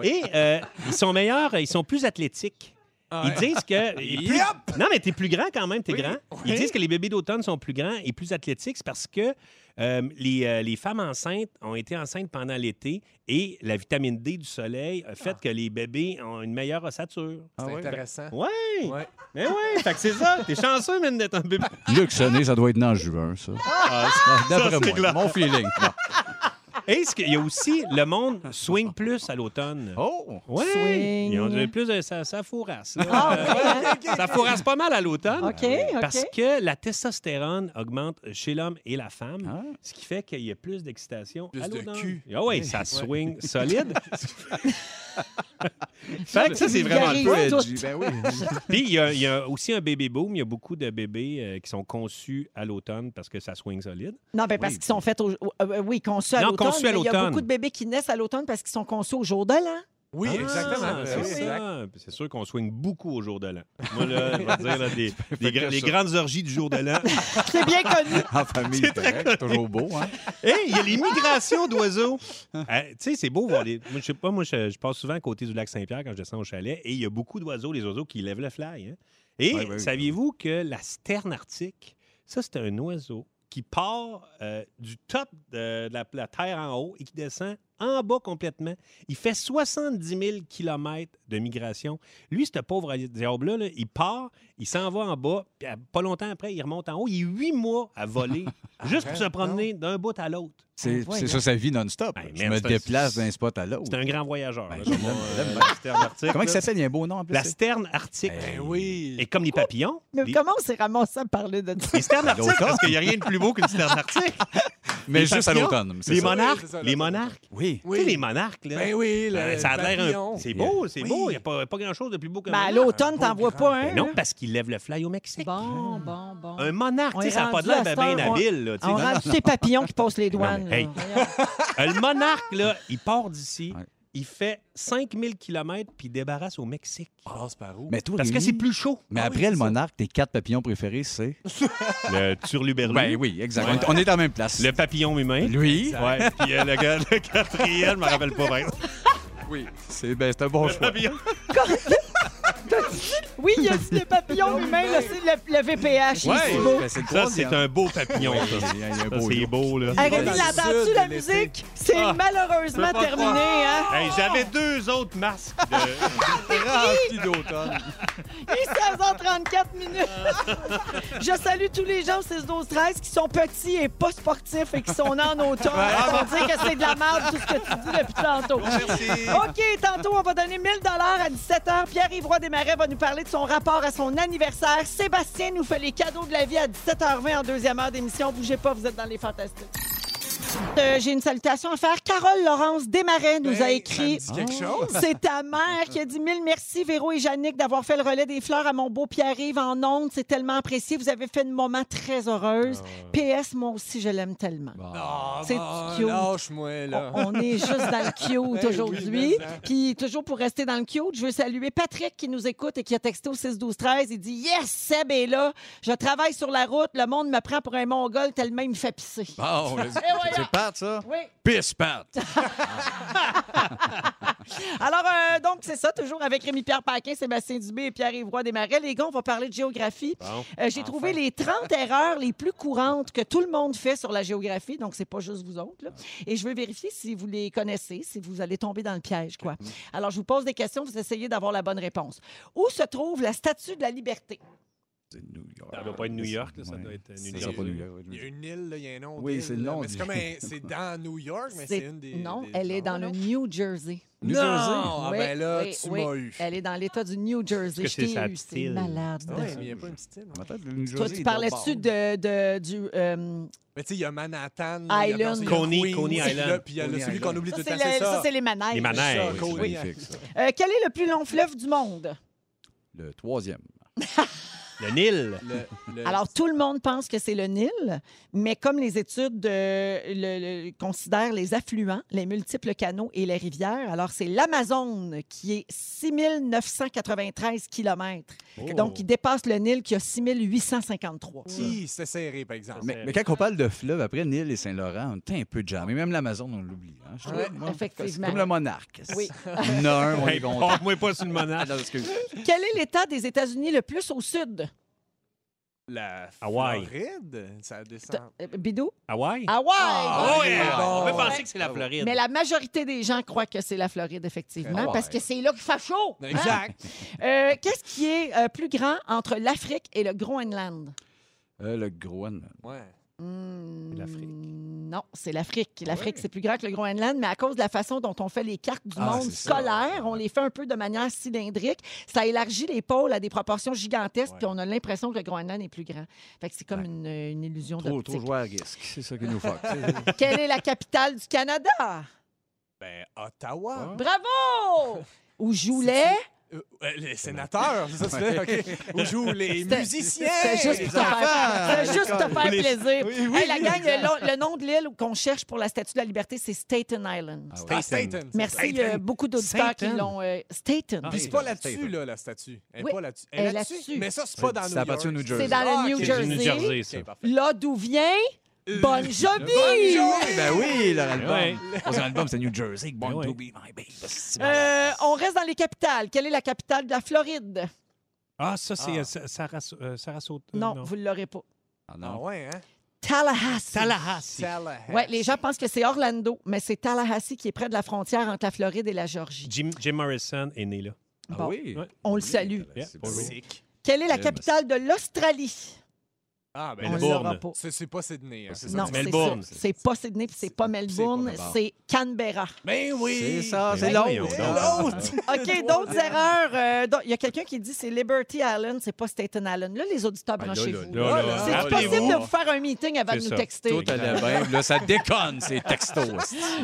et euh, ils sont meilleurs, ils sont plus athlétiques. Ah Ils disent que. et plus- Yep! Non, mais t'es plus grand quand même, t'es Oui, grand. oui. Ils disent que les bébés d'automne sont plus grands et plus athlétiques. C'est parce que euh, les, euh, les femmes enceintes ont été enceintes pendant l'été et la vitamine D du soleil a fait que les bébés ont une meilleure ossature. C'est Ah ouais? intéressant. Ouais! Ouais. Mais ouais! Fait que c'est ça! T'es chanceux, même, d'être un bébé. Luc Sonné, ça doit être dans juin, ça. Ah, D'après ça, c'est moi, clair. mon feeling. Et ce qu'il y a aussi, le monde swing plus à l'automne. Oh! Oui, Swing. ils ont de plus de, ça, ça fourrasse. là. Ah, Euh, oui, hein? ça fourrasse pas mal à l'automne. OK, OK. Parce que la testostérone augmente chez l'homme et la femme, Ah. ce qui fait qu'il y a plus d'excitation Plus à de l'automne. cul. Ah oui, ça swing solide. fait que ça, c'est vraiment le Vulgarise. fun. Ouais, Edgy, doute. ben oui. Puis il y, a- il y a aussi un bébé boom. Il y a beaucoup de bébés euh, qui sont conçus à l'automne parce que ça swing solide. Non, ben parce qu'ils sont faits au... au- euh, oui, conçus à Non, l'automne. conçus à mais Il y a l'automne. beaucoup de bébés qui naissent à l'automne parce qu'ils sont conçus au jour de l'an. Oui, Ah, exactement. C'est Oui, exact. ça. Puis C'est sûr qu'on soigne beaucoup au jour de l'an. Moi, là, je vais te dire, là, des, des que gra- les ça. grandes orgies du jour de l'an. C'est bien connu. En famille, correct. Toujours beau, hein? Hé, il y a les migrations d'oiseaux. Ah, tu sais, c'est beau voir les. Moi, je sais pas, moi, je, je passe souvent à côté du lac Saint-Pierre quand je descends au chalet et il y a beaucoup d'oiseaux, les oiseaux qui lèvent le fly. hein. Et Ouais, ouais, ouais. saviez-vous que la sterne arctique, ça, c'est un oiseau qui part euh, du top de, de la, la terre en haut et qui descend en bas complètement. Il fait 70 000 kilomètres de migration. Lui, ce pauvre diable-là, là, il part, il s'en va en bas, puis à- pas longtemps après, il remonte en haut. Il est huit mois à voler juste pour se Arrête, promener d'un bout à l'autre. C'est voyons. c'est ça sa vie non-stop. Hey, Je me man, Ben, c'est un- déplace d'un spot à l'autre. C'est un grand voyageur. Ben, là, je comme on, l'aime, je euh, l'aime. la sterne arctique. Comment il là. s'appelle? Il y a un beau nom en plus. La ça? sterne arctique. Ben oui. Et comme les papillons. Mais les, comment on s'est ramassé à parler de ça? les sternes arctiques, L'automne. parce qu'il n'y a rien de plus beau qu'une sterne arctique. Mais Les juste à papillons, l'automne. c'est Les ça. Oui, monarques. c'est ça, les l'automne. monarques. Oui. Tu sais, les monarques, là. Ben oui, euh, le ça a l'air un. papillon. C'est beau, c'est Oui. beau. Il n'y a pas, pas grand-chose de plus beau que Ben, à monarque. l'automne, t'en vois pas un. Ben non, parce qu'il lève le fly au Mexique. Bon, bon, bon. Un monarque, tu On sais, est ça n'a pas de rendu l'air à bien cette heure, on- habile. Là, tu sais. On rend tous ces papillons qui passent les douanes. mais, hey, là. Euh, Le monarque, là, il part d'ici, Ouais. il fait 5000 km puis il débarrasse au Mexique. Passe par où? Mais toi, Parce que Rémi, c'est plus chaud. Ah Mais Ah oui, après le c'est ça. monarque, tes quatre papillons préférés, c'est. Le turluberlu. Ben oui, exact. On- On est dans la même place. Le papillon humain. Lui, Ouais, puis euh, le, gars- le quatrième, je me rappelle pas. par exemple. oui. C'est eh ben, c'est un bon Le choix. papillon. Oui, il y a des papillons humains, le, le- le VPH, il est si beau. Ben, c'est le Ça, c'est troisième. un beau papillon, Ouais, ça. il y a- il y a un Ça, beau c'est look. beau, là. va Aurélie, dans le l'entends-tu, sud la l'été. musique? C'est Ah, malheureusement terminé, hein? Hey, J'avais deux autres masques de... Rempli d'automne. Il est 16h34 minutes. Je salue tous les gens au 6 12 13 qui sont petits et pas sportifs et qui sont nés en automne. On dire que c'est de la merde tout ce que tu dis depuis tantôt. OK, tantôt, on va donner 1000 à 17h. Pierre-Yves Roy Desmarais va nous parler de son rapport à son anniversaire. Sébastien nous fait les cadeaux de la vie à 17h20 en deuxième heure d'émission. Bougez pas, vous êtes dans les fantastiques. Euh, J'ai une salutation à faire. Carole Laurence Desmarais nous a écrit. Oh, Ça me dit quelque chose. C'est ta mère qui a dit mille merci, Véro et Yannick, d'avoir fait le relais des fleurs à mon beau Pierre-Yves en ondes. C'est tellement apprécié. Vous avez fait un moment très heureuse. PS, moi aussi, je l'aime tellement. Ah, C'est bah, cute. Lâche-moi, là. Oh, On on est juste dans le cute Eh oui, aujourd'hui. mais ça. Puis toujours pour rester dans le cute, je veux saluer Patrick qui nous écoute et qui a texté au 6-12-13. Il dit Yes, Seb est là. Je travaille sur la route. Le monde me prend pour un mongol tellement il me fait pisser. Eh, Bon, vas-y. c'est Pat, ça? Oui. Pisse, Pat! Alors, euh, donc, c'est ça, toujours avec Rémi-Pierre Paquin, Sébastien Dubé et Pierre-Yves Roy Desmarais. Les gars, on va parler de géographie. Euh, J'ai trouvé les 30 erreurs les plus courantes que tout le monde fait sur la géographie, donc c'est pas juste vous autres. là. Et je veux vérifier si vous les connaissez, si vous allez tomber dans le piège, quoi. Alors, je vous pose des questions, vous essayez d'avoir la bonne réponse. Où se trouve la Statue de la Liberté? C'est New York. Ça doit pas être New York, là, ça Ouais. doit être, euh, Ça New sera Jersey. pas New York. Il y a une île, là, il y a un nom. Oui, d'île, c'est le là, nom mais C'est du- comme un- c'est dans New York, mais c'est C'est- une des. non, des- elle est dans le non? New Jersey. New non! Jersey. Ah, Oui, ben là, oui, tu oui. m'as eu. Elle est dans l'État du New Jersey. que Je c'est t'ai sa eu, petite c'est île? malade. Ah ouais, mais il n'y a pas une petite île. non? Ma tête, le New Toi, Jersey, tu il parlais-tu doit de, de- du... euh, Mais tu sais, il y a Manhattan. là, il y a Island. Jersey, il y a Coney- Queens, Coney il y a Island. là, Puis il y a Coney le- celui qu'on Island. oublie tout ça, le c'est temps, le- c'est ça, ça. c'est les manèges. Les manèges. C'est ça, pas- Oui, de- c'est Coney. magnifique, ça. Euh, quel est le plus long fleuve du monde? Le troisième. Le Nil. Le- le- Alors, tout le monde pense que c'est le Nil, mais comme les études euh, le- le- considèrent les affluents, les multiples canaux et les rivières, alors c'est l'Amazone qui est 6993 kilomètres. Oh. Donc, qui dépasse le Nil qui a 6853. Qui c'était serré, par exemple. Mais, mais quand on parle de fleuve, après Nil et Saint-Laurent, on était un peu jamé. Même l'Amazon, on l'oublie. hein, je trouve. Ouais, Moi, effectivement. c'est Comme le monarque. Oui. Il y en a un, on est Hey, content. Parle-moi pas sur le monarque. Alors, excuse. Quel est l'État des États-Unis le plus au sud? La Hawaï. Floride, ça descend. Euh, Bidou? Hawaï? Hawaï! Ah ouais, bon. On peut Ouais. penser que c'est la Floride. Mais la majorité des gens croient que c'est la Floride, effectivement, Ah, Hawaï. parce que c'est là qu'il fait chaud. hein? Exact. Euh, Qu'est-ce qui est euh, plus grand entre l'Afrique et le Groenland? Euh, le Groenland. Ah! Ouais. l'Afrique. Hmm, Non, c'est l'Afrique. Ah L'Afrique, c'est plus grand que le Groenland, mais à cause de la façon dont on fait les cartes du Ah, monde c'est ça. scolaire, on les fait un peu de manière cylindrique. Ça élargit les pôles à des proportions gigantesques, puis on a l'impression que le Groenland est plus grand. Fait que c'est comme une, une illusion Trop, trop d'optique. joué à risque. C'est ça qui nous fuck. Quelle est la capitale du Canada? Ben, Ottawa. Bravo! Où jouait... Ah. Euh, euh, les sénateurs, c'est ça, c'est OK. Où jouent les C'était- musiciens. C'était juste les pour te faire, c'était juste pour te faire plaisir. Oui, oui, Hey, la gang, exact. le, le nom de l'île qu'on cherche pour la Statue de la Liberté, c'est Staten Island. Ah ouais. Ah, Staten. Merci, Staten. euh, beaucoup d'auditeurs qui Staten. l'ont... euh, Staten. Puis c'est pas là-dessus, là, la statue. Elle est Oui, pas là-dessus. elle Elle est est là-dessus. là-dessus. Mais ça, c'est pas dans New Ça appartient au York. New Jersey. C'est dans le Ah, ok, New, c'est C'est du Jersey. New Jersey, ça. OK, parfait. Là d'où vient Bon Jovi. Bon Jovi! Ben oui, leur album. Ouais. Son album, c'est New Jersey. Born Ben ouais. to be my baby. C'est malade. Euh, on reste dans les capitales. Quelle est la capitale de la Floride? Ah, ça, c'est Ah. euh, Sa- Saras- euh, Sarasota. non, vous ne l'aurez pas. Ah Ah non. ouais, hein? Tallahassee. Tallahassee. Tallahassee. Ouais, les gens pensent que c'est Orlando, mais c'est Tallahassee qui est près de la frontière entre la Floride et la Géorgie. Jim, Jim Morrison est né là. Ah Bon, oui. Ouais. On le salue. Yeah, C'est pour beau. vous. Sick. Quelle est la Jim. capitale de l'Australie? Ah, ben On là, ne Melbourne. l'aura pas. c'est c'est pas Sydney. Hein, c'est ça Non, que tu c'est dis. Melbourne. ça. C'est pas Sydney, puis c'est pas Melbourne, Melbourne. c'est Canberra. Ben oui! C'est ça, Ben Ah, c'est voyons l'autre. donc. C'est l'autre. OK, d'autres erreurs. euh, donc, Il y a quelqu'un qui dit c'est Liberty Island, c'est pas Staten Island. Là, les auditeurs, Ben là, branchez-vous. Ah, là, là, là. là, C'est là, possible là. de vous faire un meeting avant de C'est nous ça. texter. Tout allait bien. Là, ça déconne, ces textos.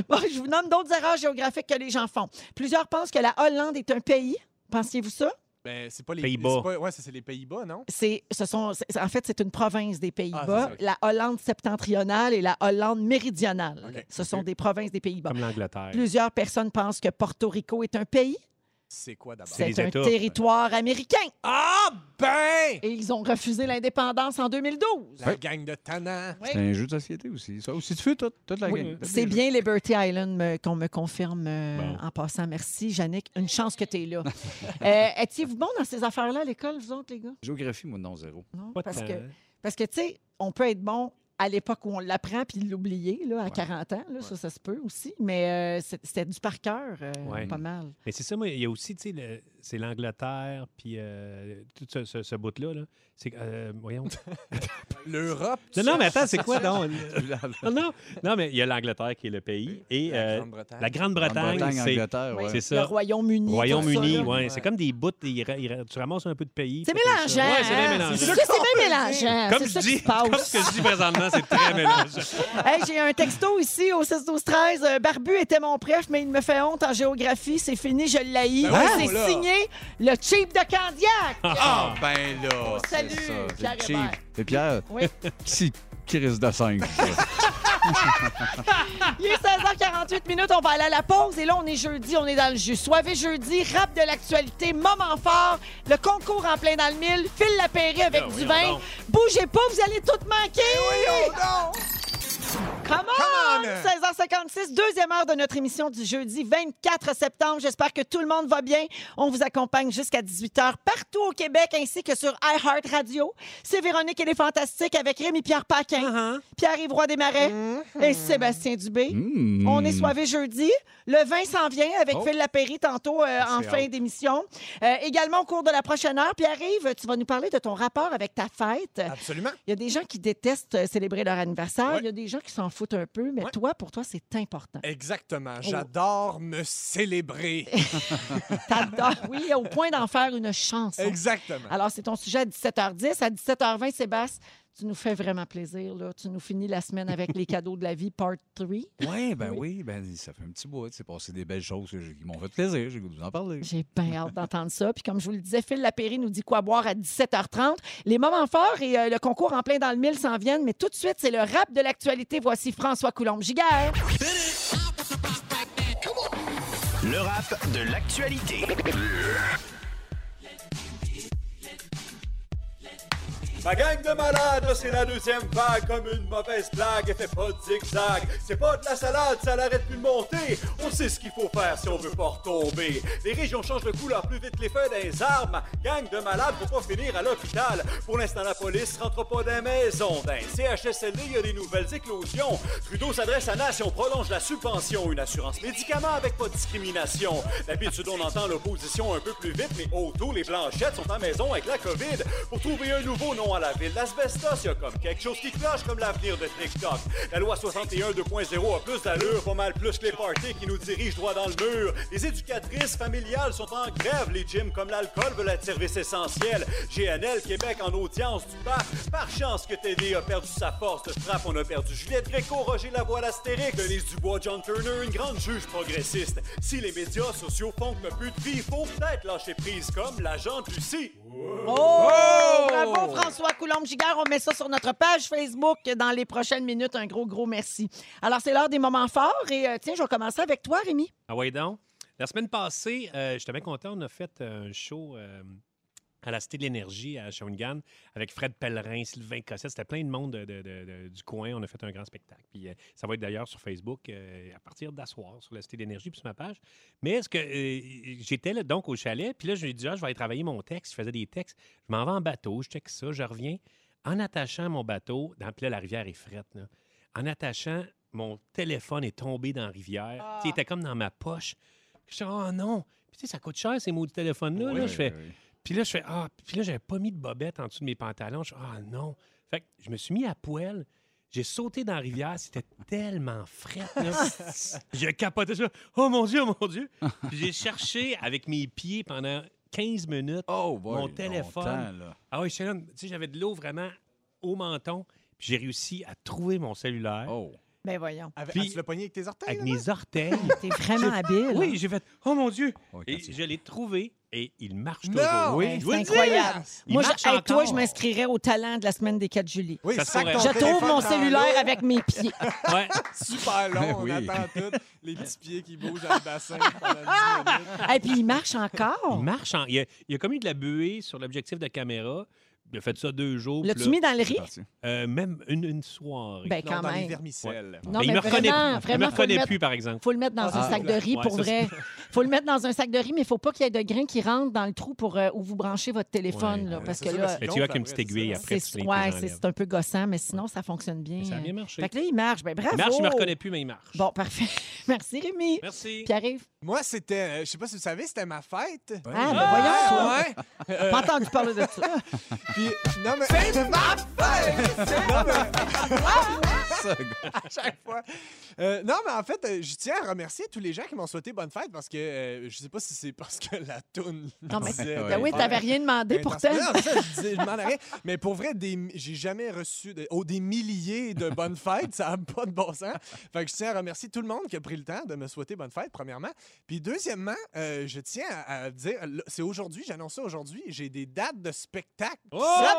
Bon, je vous nomme d'autres erreurs géographiques que les gens font. Plusieurs pensent que la Hollande est un pays. Pensiez-vous ça? Ben, c'est pas les Pays-Bas. c'est pas- Ouais, ça, c'est les Pays-Bas, non? C'est, ce sont, c'est- en fait, c'est une province des Pays-Bas, Ah, c'est ça, ok. la Hollande septentrionale et la Hollande méridionale. Ok. Ce sont des provinces des Pays-Bas. Comme l'Angleterre. Plusieurs personnes pensent que Porto Rico est un pays. c'est quoi d'abord? C'est C'est les un États. territoire américain. Ah ben! Et ils ont refusé l'indépendance en 2012. La gang de Tana. C'est un jeu de société aussi. Ça aussi, tu fais toute, toute la Oui, gang. c'est bien Liberty Island me- qu'on me confirme euh, Bon. en passant. Merci, Yannick. Une chance que tu es là. Euh, Étiez-vous bon dans ces affaires-là à l'école, vous autres, les gars? Géographie, moi, non, zéro. Non? Pas de Parce temps, que, hein. parce que tu sais, on peut être bon à l'époque où on l'apprend puis l'oublier, là, à 40 ans. là, Ça, ça se peut aussi. Mais euh, c'est- c'était du par cœur, euh, Ouais. pas mal. Mais c'est ça, moi, il y a aussi, tu sais, le- c'est l'Angleterre, puis euh, tout ce, ce- ce bout-là, là, c'est... que, euh, voyons. L'Europe. Non, non, mais attends, c'est quoi, donc? La Non, non, non, mais il y a l'l'Angleterre qui est le pays, et euh, la Grande-Bretagne. Grande-Bretagne, c'est... Angleterre, Oui. ouais. C'est Le ça. Royaume-Uni. tout Royaume-Uni, ça, ouais. là. Ouais. C'est comme des bouts, ils ra- ils ra- tu ramasses un peu de pays. C'est puis t'as ça. mélangeant. Ouais, c'est bien hein? mélangeant. C'est ça, c'est bien mélangeant. Comme C'est je ça qui dis, se passe. comme ce que je dis présentement, c'est très mélangeant. Hey, j'ai un texto ici au 16 12 13 Euh, Barbu était mon préf, mais il me fait honte en géographie. C'est fini, je l'ai. Ben oui, C'est voilà. signé le cheap de Candiac. Ah ben là! Oh, salut, C'est ça, c'est Pierre cheap. Hébert. Et Pierre, euh, Oui. qui, qui risque de 5? Il est 16h48 minutes, on va aller à la pause et là on est jeudi, on est dans le jus. Soivé jeudi, rap de l'actualité, moment fort, le concours en plein dans le mille, file la pairie avec Ah, du voyons vin. donc. Bougez pas, vous allez tout manquer. Come on! Come on! 16h56, deuxième heure de notre émission du jeudi 24 septembre. J'espère que tout le monde va bien. On vous accompagne jusqu'à 18h partout au Québec ainsi que sur iHeart Radio. C'est Véronique et les Fantastiques avec Rémi-Pierre Paquin, Pierre-Yves Roy Desmarais et Sébastien Dubé. Mm-hmm. On est soivé jeudi. Le vin s'en vient avec Phil Lapéry tantôt euh, en Oh. Ah, C'est fin hâte. d'émission. Euh, également au cours de la prochaine heure, Pierre-Yves, tu vas nous parler de ton rapport avec ta fête. Absolument. Il y a des gens qui détestent euh, célébrer leur anniversaire. Ouais. Il y a des gens qui s'en foutent un peu. Mais Ouais. toi, pour toi, c'est important. Oh. Exactement. J'adore me célébrer. T'adores, oui, au point d'en faire une chanson. Exactement. Alors, c'est ton sujet à 17h10. À 17h20, Sébastien, tu nous fais vraiment plaisir. Là. Tu nous finis la semaine avec les cadeaux de la vie, part 3. Oui, ben oui, ben ça fait un petit bout. C'est passé des belles choses que j'ai- qui m'ont fait plaisir. J'ai le goût de vous en parler. J'ai bien hâte d'entendre ça. Puis comme je vous le disais, Phil Lapéry nous dit quoi boire à 17h30. Les moments forts et euh, le concours en plein dans le mille s'en viennent, mais tout de suite, c'est le rap de l'actualité. Voici François Coulombe-Giguère. Le rap de l'actualité. Ma gang de malades, c'est la deuxième vague comme une mauvaise blague. Et fait pas de zigzag, c'est pas de la salade, ça l'arrête plus de monter. On sait ce qu'il faut faire si on veut pas retomber. Les régions changent de couleur plus vite les feux des armes. Gang de malades, faut pas finir à l'hôpital. Pour l'instant, la police rentre pas dans les maisons. Dans les CHSLD, il y a des nouvelles éclosions. Trudeau s'adresse à Nation, prolonge la subvention, une assurance médicaments avec pas de discrimination. D'habitude, on entend l'opposition un peu plus vite, mais autour, les blanchettes sont en maison avec la COVID. Pour trouver un nouveau nom à la ville d'asbestos, il y a comme quelque chose qui cloche comme l'avenir de TikTok. La loi 61 2.0 a plus d'allure, pas mal plus que les parties qui nous dirigent droit dans le mur. Les éducatrices familiales sont en grève, les gyms comme l'alcool veulent être service essentiel. GNL Québec en audience du pape. Par chance que TD a perdu sa force de frappe, on a perdu Juliette Gréco, Roger Lavoie, l'Astérix, Denise Dubois, John Turner, une grande juge progressiste. Si les médias sociaux font que plus de vie, faut peut-être lâcher prise comme l'agent Lucie. Oh! Bravo, François Coulombe-Giguère. On met ça sur notre page Facebook dans les prochaines minutes. Un gros, gros merci. Alors, c'est l'heure des moments forts. Et euh, tiens, je vais commencer avec toi, Rémi. Ah ouais, donc. La semaine passée, euh, j'étais bien content, on a fait un show euh, à la Cité de l'Énergie à Shawinigan avec Fred Pellerin, Sylvain Cossette. C'était plein de monde de- de- de- de- du coin. On a fait un grand spectacle. Puis euh, ça va être d'ailleurs sur Facebook euh, à partir d'asseoir sur la Cité de l'Énergie puis sur ma page. Mais est-ce que euh, j'étais là, donc au chalet, puis là, j'ai dit, ah, je vais aller travailler mon texte. Je faisais des textes. Je m'en vais en bateau, je check ça, je reviens. En attachant mon bateau, dans, puis là, la rivière est frette, là. En attachant, mon téléphone est tombé dans la rivière. Tu sais, Il était comme dans ma poche. Je dis, oh non! Puis, tu sais, ça coûte cher, ces mots de téléphone-là. là. je fais, puis là, je fais Ah, puis là, j'avais pas mis de bobette en dessous de mes pantalons. Je fais Ah non. Fait que je me suis mis à poêle. J'ai sauté dans la rivière. C'était tellement frais. je capotais ça. Oh mon Dieu, oh mon Dieu. Puis j'ai cherché avec mes pieds pendant 15 minutes. Oh, boy, Mon téléphone. longtemps, là. Ah oui, j'étais là, tu sais, j'avais de l'eau vraiment au menton. Puis j'ai réussi à trouver mon cellulaire Oh. Ben voyons. Avec, Puis- tu l'as pogné avec tes orteils? avec là-bas? mes orteils. T'es vraiment habile. oui, j'ai fait Oh mon Dieu. Oui, quand Et tu- je l'ai trouvé. et il marche Non! toujours. Oui, Je Ben, c'est vous le dis! incroyable. Il Moi, je- marche hey, toi, encore. je m'inscrirais au talent de la semaine des 4 juillet. Oui, Ça se sac pourrait. ton Je trouve téléphone mon dans cellulaire l'eau. avec mes pieds. Ouais. Super long, Oui. on attend tout. Les petits pieds qui bougent dans le bassin. pendant dix minutes. Et puis, il marche encore. Il marche. en- Il, a, il a comme eu de la buée sur l'objectif de caméra. Il a fait ça deux jours. puis L'as-tu mis dans le riz? Parti. là, euh, même une, une soirée. Ben, Non, quand dans les même. vermicelles. Non, Mais il mais me reconnaît vraiment, plus. Il vraiment, me faut le reconnaît mettre- plus, par exemple. faut le mettre dans Ah, un sac de riz ouais, pour ça, vrai. faut le mettre dans un sac de riz, mais il faut pas qu'il y ait de grains qui rentrent dans le trou pour, euh, où vous branchez votre téléphone. Ouais, là, ouais, parce c'est que ça, là, parce Mais long, tu vois puis qu'une après, petite aiguille c'est- après, tu te c'est les ouais, enlèves. c'est- c'est un peu gossant, mais sinon, ça fonctionne bien. Mais Ça a bien marché. Fait que là, il marche. Ben, bravo. Il marche, il me reconnaît plus, mais il marche. Bon, parfait. Merci, Rémi. Merci. Puis arrive. Moi, c'était, euh, je sais pas si vous savez, c'était ma fête. Ah, ben Ah, voyons, toi. ouais. Pas entendu parler de ça. Puis, non, mais. C'est ma fête! Non, mais- à chaque fois. Euh, non, mais en fait, euh, je tiens à remercier tous les gens qui m'ont souhaité bonne fête parce que euh, je sais pas si c'est parce que la toune. Non, mais disait ouais. ben oui, bonne t'avais fête. rien demandé Mais pourtant. Ben, dans- Non, ça, je dis, je m'en arrête. Mais pour vrai, des, j'ai jamais reçu de- oh, des milliers de bonnes fêtes. Ça n'a pas de bon sens. Fait que je tiens à remercier tout le monde qui a pris le temps de me souhaiter bonne fête, premièrement. Puis deuxièmement, euh, je tiens à, à dire, là, c'est aujourd'hui, j'annonce ça aujourd'hui, j'ai des dates de spectacle. Ça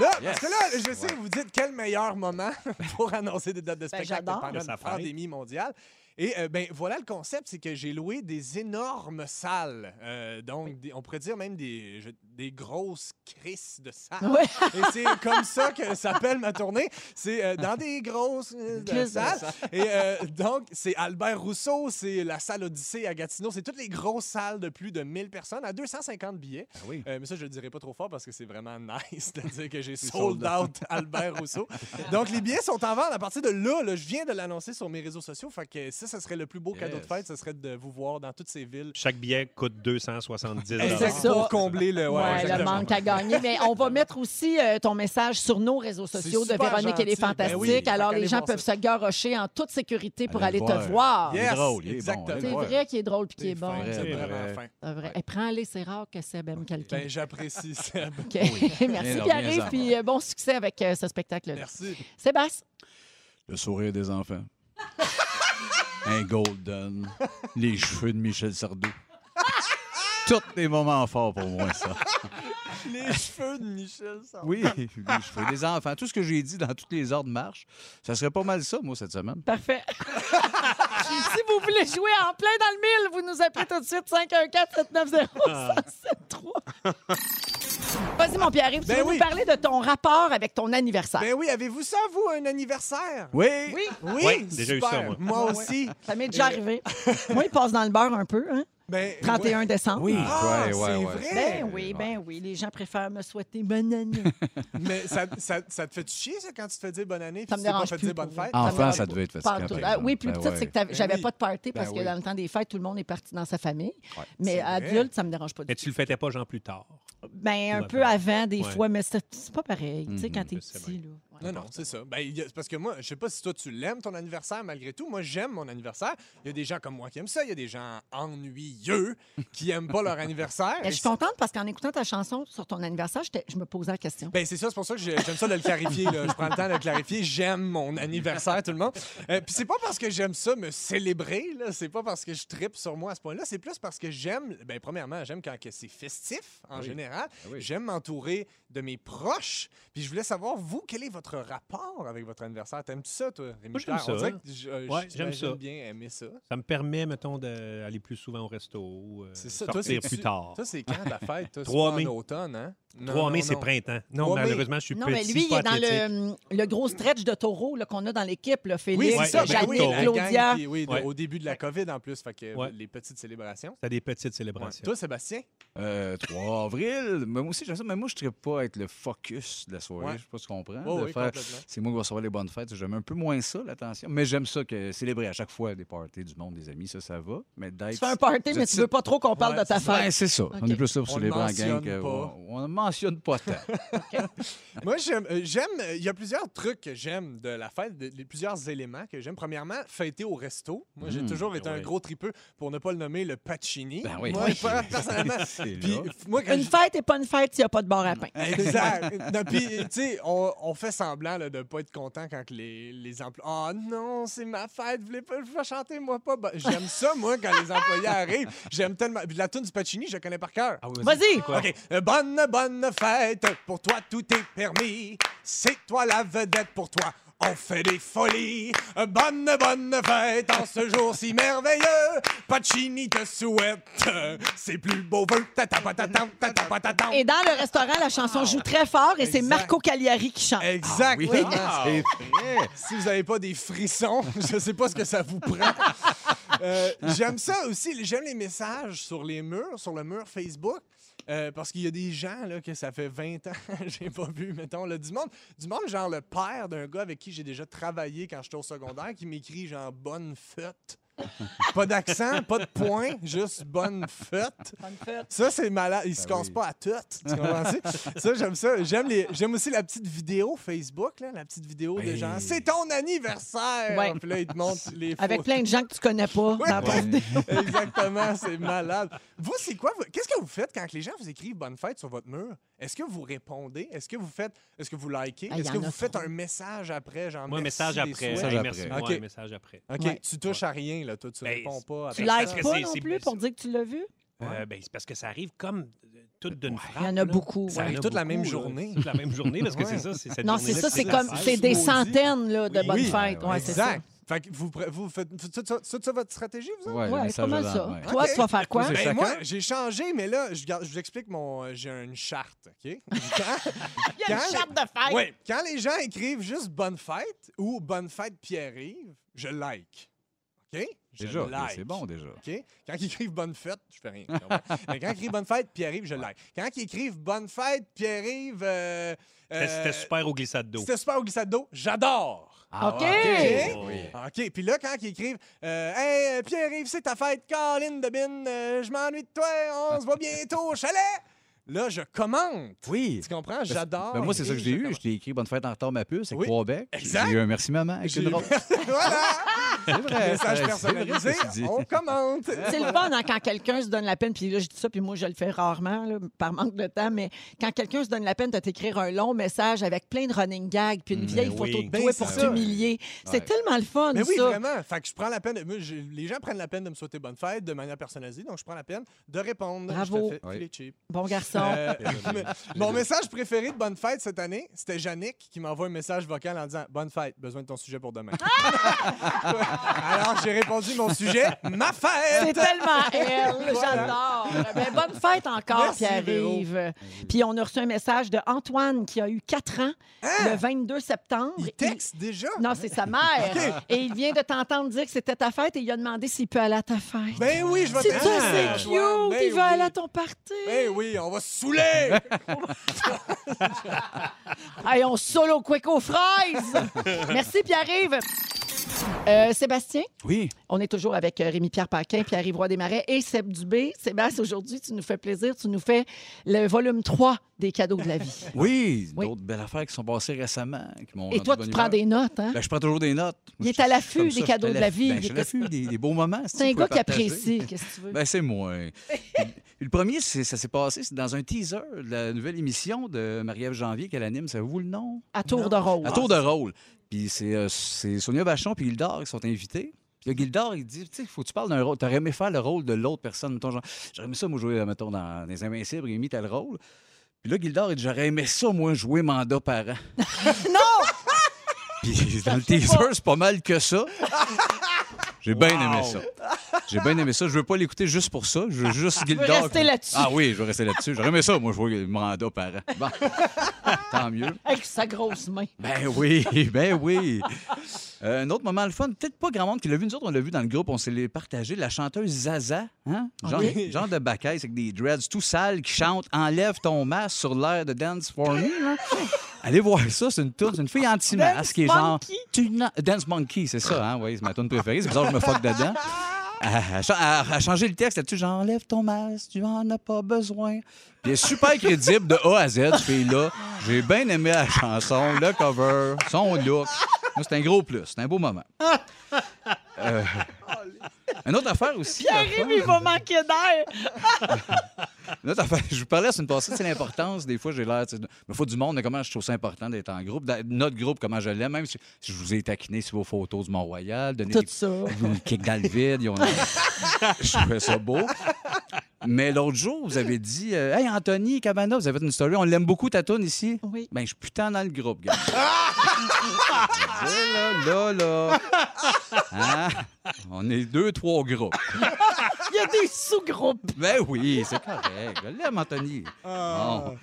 Là, parce que là, je sais, vous dites quel meilleur moment pour annoncer des dates de spectacle Ben, j'adore. pendant Que ça la fête. pandémie mondiale. Et euh, ben voilà le concept, c'est que j'ai loué des énormes salles, Euh, donc des- on pourrait dire même des, je- des grosses crises de salles. Ouais. Et c'est comme ça que s'appelle ma tournée. C'est euh, dans des grosses euh, de Crises de salles. Et euh, donc c'est Albert Rousseau, c'est la salle Odyssée à Gatineau, c'est toutes les grosses salles de plus de 1000 personnes à 250 billets. oui. Euh, mais ça, je le dirai pas trop fort parce que c'est vraiment nice de dire que j'ai sold sold out Albert Rousseau. Donc, les billets sont en vente à partir de là. là. je viens de l'annoncer sur mes réseaux sociaux. Fait que ça, ce serait le plus beau cadeau de Yes. fête. Ce serait de vous voir dans toutes ces villes. Euh, Chaque billet coûte 270 Exact. ça. Pour combler le, ouais, Ouais, le exactement. manque à gagner. Mais on va mettre aussi euh, ton message sur nos réseaux sociaux de super Véronique et les gentil. Ben Fantastiques. oui, Alors, fait les qu'allez gens voir peuvent ça. se garrocher en toute sécurité pour Allez aller le te voir. voir. Yes, drôle, il est bon, exactement. allez C'est le voir. vrai qu'il est drôle puis qu'il est C'est bon. fin, Vrai, c'est vrai. vraiment fin. C'est vrai. Et prends-les, c'est rare que Seb aime quelqu'un. Ben, j'apprécie ça. OK. Merci, Bien, Pierre-Yves, bien, puis euh, bon succès avec euh, ce spectacle-là. Merci. Sébastien, Le sourire des enfants. Un golden. Les cheveux de Michel Sardou. Tous des moments forts pour moi, ça. Les cheveux de Michel sont... Oui, les cheveux des enfants. Tout ce que j'ai dit dans toutes les heures de marche, ça serait pas mal ça, moi, cette semaine. parfait. si vous voulez jouer en plein dans le mille, vous nous appelez tout de suite 514-790-1073. Vas-y, mon Pierre-Yves, tu Ben veux nous oui. parler de ton rapport avec ton anniversaire. Ben oui, avez-vous ça, vous, un anniversaire? Oui! oui, Oui, Oui, déjà eu super. ça, moi. aussi. ça m'est déjà arrivé. Moi, il passe dans le beurre un peu, hein? Ben, 31 décembre. Oui, Ah, ouais, ouais, c'est ouais. vrai. Ben oui, ben oui, les gens préfèrent me souhaiter bonne année. Mais ça, ça, ça te fait chier, ça, quand tu te fais dire bonne année? Ça me puis tu t'es pas dérange fait plus, dire pour bonne vrai. fête? En Ça me dérange France, ça pas. devait Pas être en fatigant. tout. par Ah exemple. oui, plus Ben petite, ouais. c'est que t'avais- Ben j'avais oui. pas de party parce Ben que oui. dans le temps des fêtes, tout le monde est parti dans sa famille. c'est Mais vrai. adulte, ça me dérange pas Mais du tout. tu le fêtais pas, genre, plus tard. Ben, un Ouais, peu ben, avant, des ouais. fois, mais c'est c'est pas pareil. Mm, Tu sais, quand t'es je sais petit, là. Ouais. Non, non, c'est ça. Ben, il y a- c'est parce que moi, je sais pas si toi, tu l'aimes, ton anniversaire, malgré tout. Moi, j'aime mon anniversaire. Il y a des gens comme moi qui aiment ça. Il y a des gens ennuyeux qui aiment pas leur anniversaire. Ben, Et je suis c'est- contente parce qu'en écoutant ta chanson sur ton anniversaire, j'étais- je me posais la question. Ben, c'est ça, c'est pour ça que j'ai- j'aime ça de le clarifier. là. Je prends le temps de le clarifier. J'aime mon anniversaire, tout le monde. Euh, Puis c'est pas parce que j'aime ça me célébrer, là. c'est pas parce que je tripe sur moi à ce point-là. C'est plus parce que j'aime, ben, premièrement, j'aime quand que c'est festif en général. Ah oui. J'aime m'entourer de mes proches. Puis je voulais savoir, vous, quel est votre rapport avec votre anniversaire? T'aimes-tu ça, toi, Rémi Moi, j'aime Pierre? On ça. dirait que j- euh, Ouais, j'aime j'imagine ça. Euh, bien aimer ça. Ça me permet, mettons, d'aller plus souvent au resto, euh, C'est ça, toi, sortir c'est- plus tard. Toi, c'est quand la fête? Toi, c'est 3 pas mai. en automne, hein? Non, 3 mai, non, c'est non. printemps. Non, 3 mai. malheureusement, je suis Non, petit, mais lui, il pas est dans athlétique. le, hum, le gros stretch de taureau là, qu'on a dans l'équipe, là, Félix, Oui, Ouais, c'est ça. ben Jannick, oui, Janine, la Claudia. gang qui- oui, de- Ouais. au début de la COVID en plus, fait que Ouais. les petites célébrations. T'as des petites Ouais. célébrations. Toi, Sébastien, Euh, 3 avril. Mais moi aussi, j'aime ça. Mais moi, je ne pas à être le focus de la soirée. Ouais. Je sais pas si tu comprends. Oh de oui, faire- complètement. C'est moi qui vais recevoir les bonnes fêtes. J'aime un peu moins ça, l'attention. Mais j'aime ça que célébrer à chaque fois des parties du monde, des amis, ça, ça va. Mais d'être. Tu fais un party, mais Vous tu êtes- veux pas trop qu'on parle Ouais, de ta c'est ça. fête. Ben, c'est ça. On OK. est plus là pour On le célébrer en mentionne gang. que- pas. On ne mentionne pas tant. Moi, j'aime. euh, j'aime- euh, Il y a plusieurs trucs que j'aime de la fête, de- les- plusieurs éléments que j'aime. Premièrement, fêter au resto. Moi, j'ai Mm. toujours été un Ouais. gros tripeux, pour ne pas le nommer le Pacini. Ben oui. Moi, Oui. per- personnellement. C'est Puis, là. f- moi, quand Une je- fête n'est pas une fête s'il n'y a pas de bar à pain. Exact. Non, Puis, tu sais, on, on fait semblant là, de ne pas être content quand que les, les employés. Oh non, c'est ma fête, vous voulez pas, vous faire chanter, moi pas. Bah, J'aime ça, moi, quand les employés arrivent. J'aime tellement. Puis la tune du Pacini, je la connais par cœur. Vas-y! OK. Euh, Bonne, bonne fête. Pour toi, tout est permis. C'est toi la vedette pour toi. On fait des folies. Euh, Bonne, bonne fête en ce jour si merveilleux. Pacini te souhaite euh, ses plus beaux vœux. Tatapatatam, tatapatatam. Et dans le restaurant, la chanson joue très fort et c'est Ah. Exact. Marco Cagliari qui chante. Exactement. Ah, C'est vrai. Si vous n'avez pas des frissons, je sais pas ce que ça vous prend. Euh, j'aime ça aussi. J'aime les messages sur les murs, sur le mur Facebook. euh, parce qu'il y a des gens là, que ça fait 20 ans, j'ai pas vu, mettons, là, du monde. Du monde, genre le père d'un gars avec qui j'ai déjà travaillé quand j'étais au secondaire, qui m'écrit genre bonne fête. pas d'accent, pas de point, juste bonne fête. Ça, c'est malade. Il se casse pas à tout. Tu comprends? ça, j'aime ça. J'aime, les... j'aime aussi la petite vidéo Facebook, là, la petite vidéo de genre C'est ton anniversaire! Ouais. Puis là, il te montre les Avec photos. plein de gens que tu connais pas. Ouais. dans la Ouais. vidéo. Exactement, c'est malade. Vous, c'est quoi? vous- Qu'est-ce que vous faites quand les gens vous écrivent bonne fête sur votre mur? Est-ce que vous répondez? Est-ce que vous faites? Est-ce que vous likez? Ah, y Est-ce en que a vous faites trop. un message après? Genre, Moi, merci message des après. souhaits? Message Hey, après. merci. Ok. Ouais, message après. OK, Ouais. tu touches à rien, là. Toi, tu Ben, réponds pas. c'est- Après. Tu Parce likes que pas c'est- non c'est- plus pour dire que tu l'as vu? Ah, Euh, ben, c'est parce que ça arrive comme euh, tout d'une frappe. Il y en a là. beaucoup. Ça ouais. arrive en a toute la même là. journée. Toute la même journée, parce que Ouais. c'est ça, c'est cette Non, c'est journée-là ça, qui c'est fait comme la fête. c'est des maudit. centaines là, de Oui, bonnes oui. fêtes. Ouais, c'est ça. exact. Fait que vous, pre- vous faites c'est ça, c'est ça votre stratégie, vous autres? Ouais, le Ouais, c'est pas message mal avant, ça. Hein? ouais. Toi, Ok. tu vas faire quoi? C'est Ben, chacun? moi, j'ai changé, mais là, je, garde- je vous explique mon. euh, J'ai une charte, OK? Il Quand- y a une quand- charte de fête. Ouais, quand les gens écrivent juste bonne fête ou bonne fête Pierre-Yves, je like. OK? Je Déjà, like. c'est bon déjà. OK? Quand ils écrivent bonne fête, je fais rien. tu comprends? Mais quand ils écrivent bonne fête Pierre-Yves, je like. Quand ils écrivent bonne fête Pierre-Yves. euh, C'était- euh, C'était super au glissade d'eau. C'était super au glissade d'eau. J'adore. Ah, OK. ouais. Oh. OK. Puis là, quand ils écrivent euh, Hey, euh, Pierre-Yves, c'est ta fête, Caroline de Bin, euh, je m'ennuie de toi, on se voit bientôt au chalet. Là, je commente. Oui. Tu comprends? Ah, J'adore. Ben, moi, c'est ça que j'ai Je eu. commente. Je t'ai écrit Bonne fête en retard, ma puce, avec Oui. trois becs. Exact. J'ai eu un merci maman avec une rose. voilà! C'est vrai. Message c'est vrai ce que personnalisé, Oh. tu dis. on commente. C'est le fun hein, quand quelqu'un se donne la peine, puis là, je dis ça, puis moi, je le fais rarement, là, par manque de temps, mais quand quelqu'un se donne la peine de t'écrire un long message avec plein de running gags, puis une vieille oui. photo de Ben, toi c'est pour ça. t'humilier, c'est Ouais. tellement le fun, Mais oui, ça. vraiment. Fait que je prends la peine. de- moi, j'ai- les gens prennent la peine de me souhaiter bonne fête de manière personnalisée, donc je prends la peine de répondre. Bravo. Je te fais Oui. Ah, ben, filer cheap. Bon garçon. Euh, mais- mon message préféré de bonne fête cette année, c'était Yannick qui m'envoie un message vocal en disant Bonne fête, besoin de ton sujet pour demain. Ah! Alors j'ai répondu mon sujet, ma C'est fête. tellement elle, Voilà. j'adore. Ben, bonne fête encore, Merci, Pierre-Yves. Puis on a reçu un message de Antoine qui a eu 4 ans le 22 septembre. Hein? Il texte déjà. Il- Non, c'est sa mère. Et il vient de t'entendre dire que c'était ta fête et il a demandé s'il peut aller à ta fête. Ben oui, je vais c'est te- ça, Ah, c'est cute. Antoine, ben il va oui. aller à ton party. Ben oui, on va se saouler. Hey, on solo quick aux fraises. Merci, Pierre-Yves. Euh, Sébastien? Oui. On est toujours avec euh, Rémi-Pierre Paquin, Pierre-Yves Roy Desmarais et Seb Dubé. Sébastien, aujourd'hui, tu nous fais plaisir. Tu nous fais le volume 3 des cadeaux de la vie. Oui, Oui. d'autres belles affaires qui sont passées récemment. qui m'ont et rendu toi, bonne tu humeur. prends des notes, hein? Ben, je prends toujours des notes. Il est Je- à l'affût comme des ça, je cadeaux de suis à la l'affût. vie. Ben, Il je suis à était- l'affût des, des beaux moments. si C'est tu un peux gars qui partager. apprécie. Qu'est-ce que tu veux? Ben, c'est moi. le premier, c'est- ça s'est passé c'est dans un teaser de la nouvelle émission de Marie-Ève Janvier qu'elle anime. Savez-vous le nom? à tour de rôle. À tour de rôle. Puis c'est euh, c'est Sonia Vachon puis Gildor qui sont invités. Puis là, Gildor, il dit, tu sais, faut que tu parles d'un rôle. T'aurais aimé faire le rôle de l'autre personne. Mettons, genre, j'aurais aimé ça, moi, jouer, euh, mettons, dans Les Invincibles, Rémi, tel rôle. Puis là, Gildor, il dit, j'aurais aimé ça, moi, jouer mandat parent. Non! Puis dans le teaser, c'est pas mal que ça. J'ai bien aimé ça. J'ai bien aimé ça. Je veux pas l'écouter juste pour ça. Je veux juste Gildor. rester là-dessus. Ah oui, je veux rester là-dessus. J'aurais aimé ça, moi, jouer mandat parent. Bon. Tant mieux. Avec sa grosse main. Ben oui, ben oui. Euh, un autre moment le fun, peut-être pas grand monde qui l'a vu. Nous autres, on l'a vu dans le groupe, on s'est les partagé. La chanteuse Zaza, hein? genre, genre de bacaille avec des dreads tout sales qui chante Enlève ton masque sur l'air de Dance for Me. là. Allez voir ça, c'est une toune, c'est une fille anti-masque qui est genre. Monkey. Tu n'as- Dance Monkey, c'est ça, hein? Oui, c'est ma tune préférée. C'est bizarre, je me fuck dedans. à, à cha- à- à changer le texte là-dessus. J'enlève ton masque, tu en as pas besoin. Puis elle est super crédible de A à Z, cette fille-là. J'ai bien aimé la chanson, le cover, son look. Moi, c'est un gros plus. C'est un beau moment. Euh, une autre affaire aussi. la Pierre-Yves, il fun. va manquer d'air. Là, t'as fait- je vous parlais la semaine passée, c'est l'importance. Des fois, j'ai l'air. tu sais, de- Mais faut du monde, mais comment je trouve ça important d'être en groupe. Dans notre groupe, comment je l'aime, même si, si je vous ai taquiné sur vos photos du Mont-Royal, donné Tout des ça. des kicks dans le vide. ils ont- je trouvais ça beau. Mais l'autre jour, vous avez dit euh, Hey, Anthony Cabana, vous avez fait une story, on l'aime beaucoup, ta toune ici. Oui. Ben, je suis putain dans le groupe, gars. Je dis, là, là, là. Hein? On est deux, trois groupes. Il y a des sous-groupes. Ben oui, c'est correct. Je l'aime, Anthony. Bon.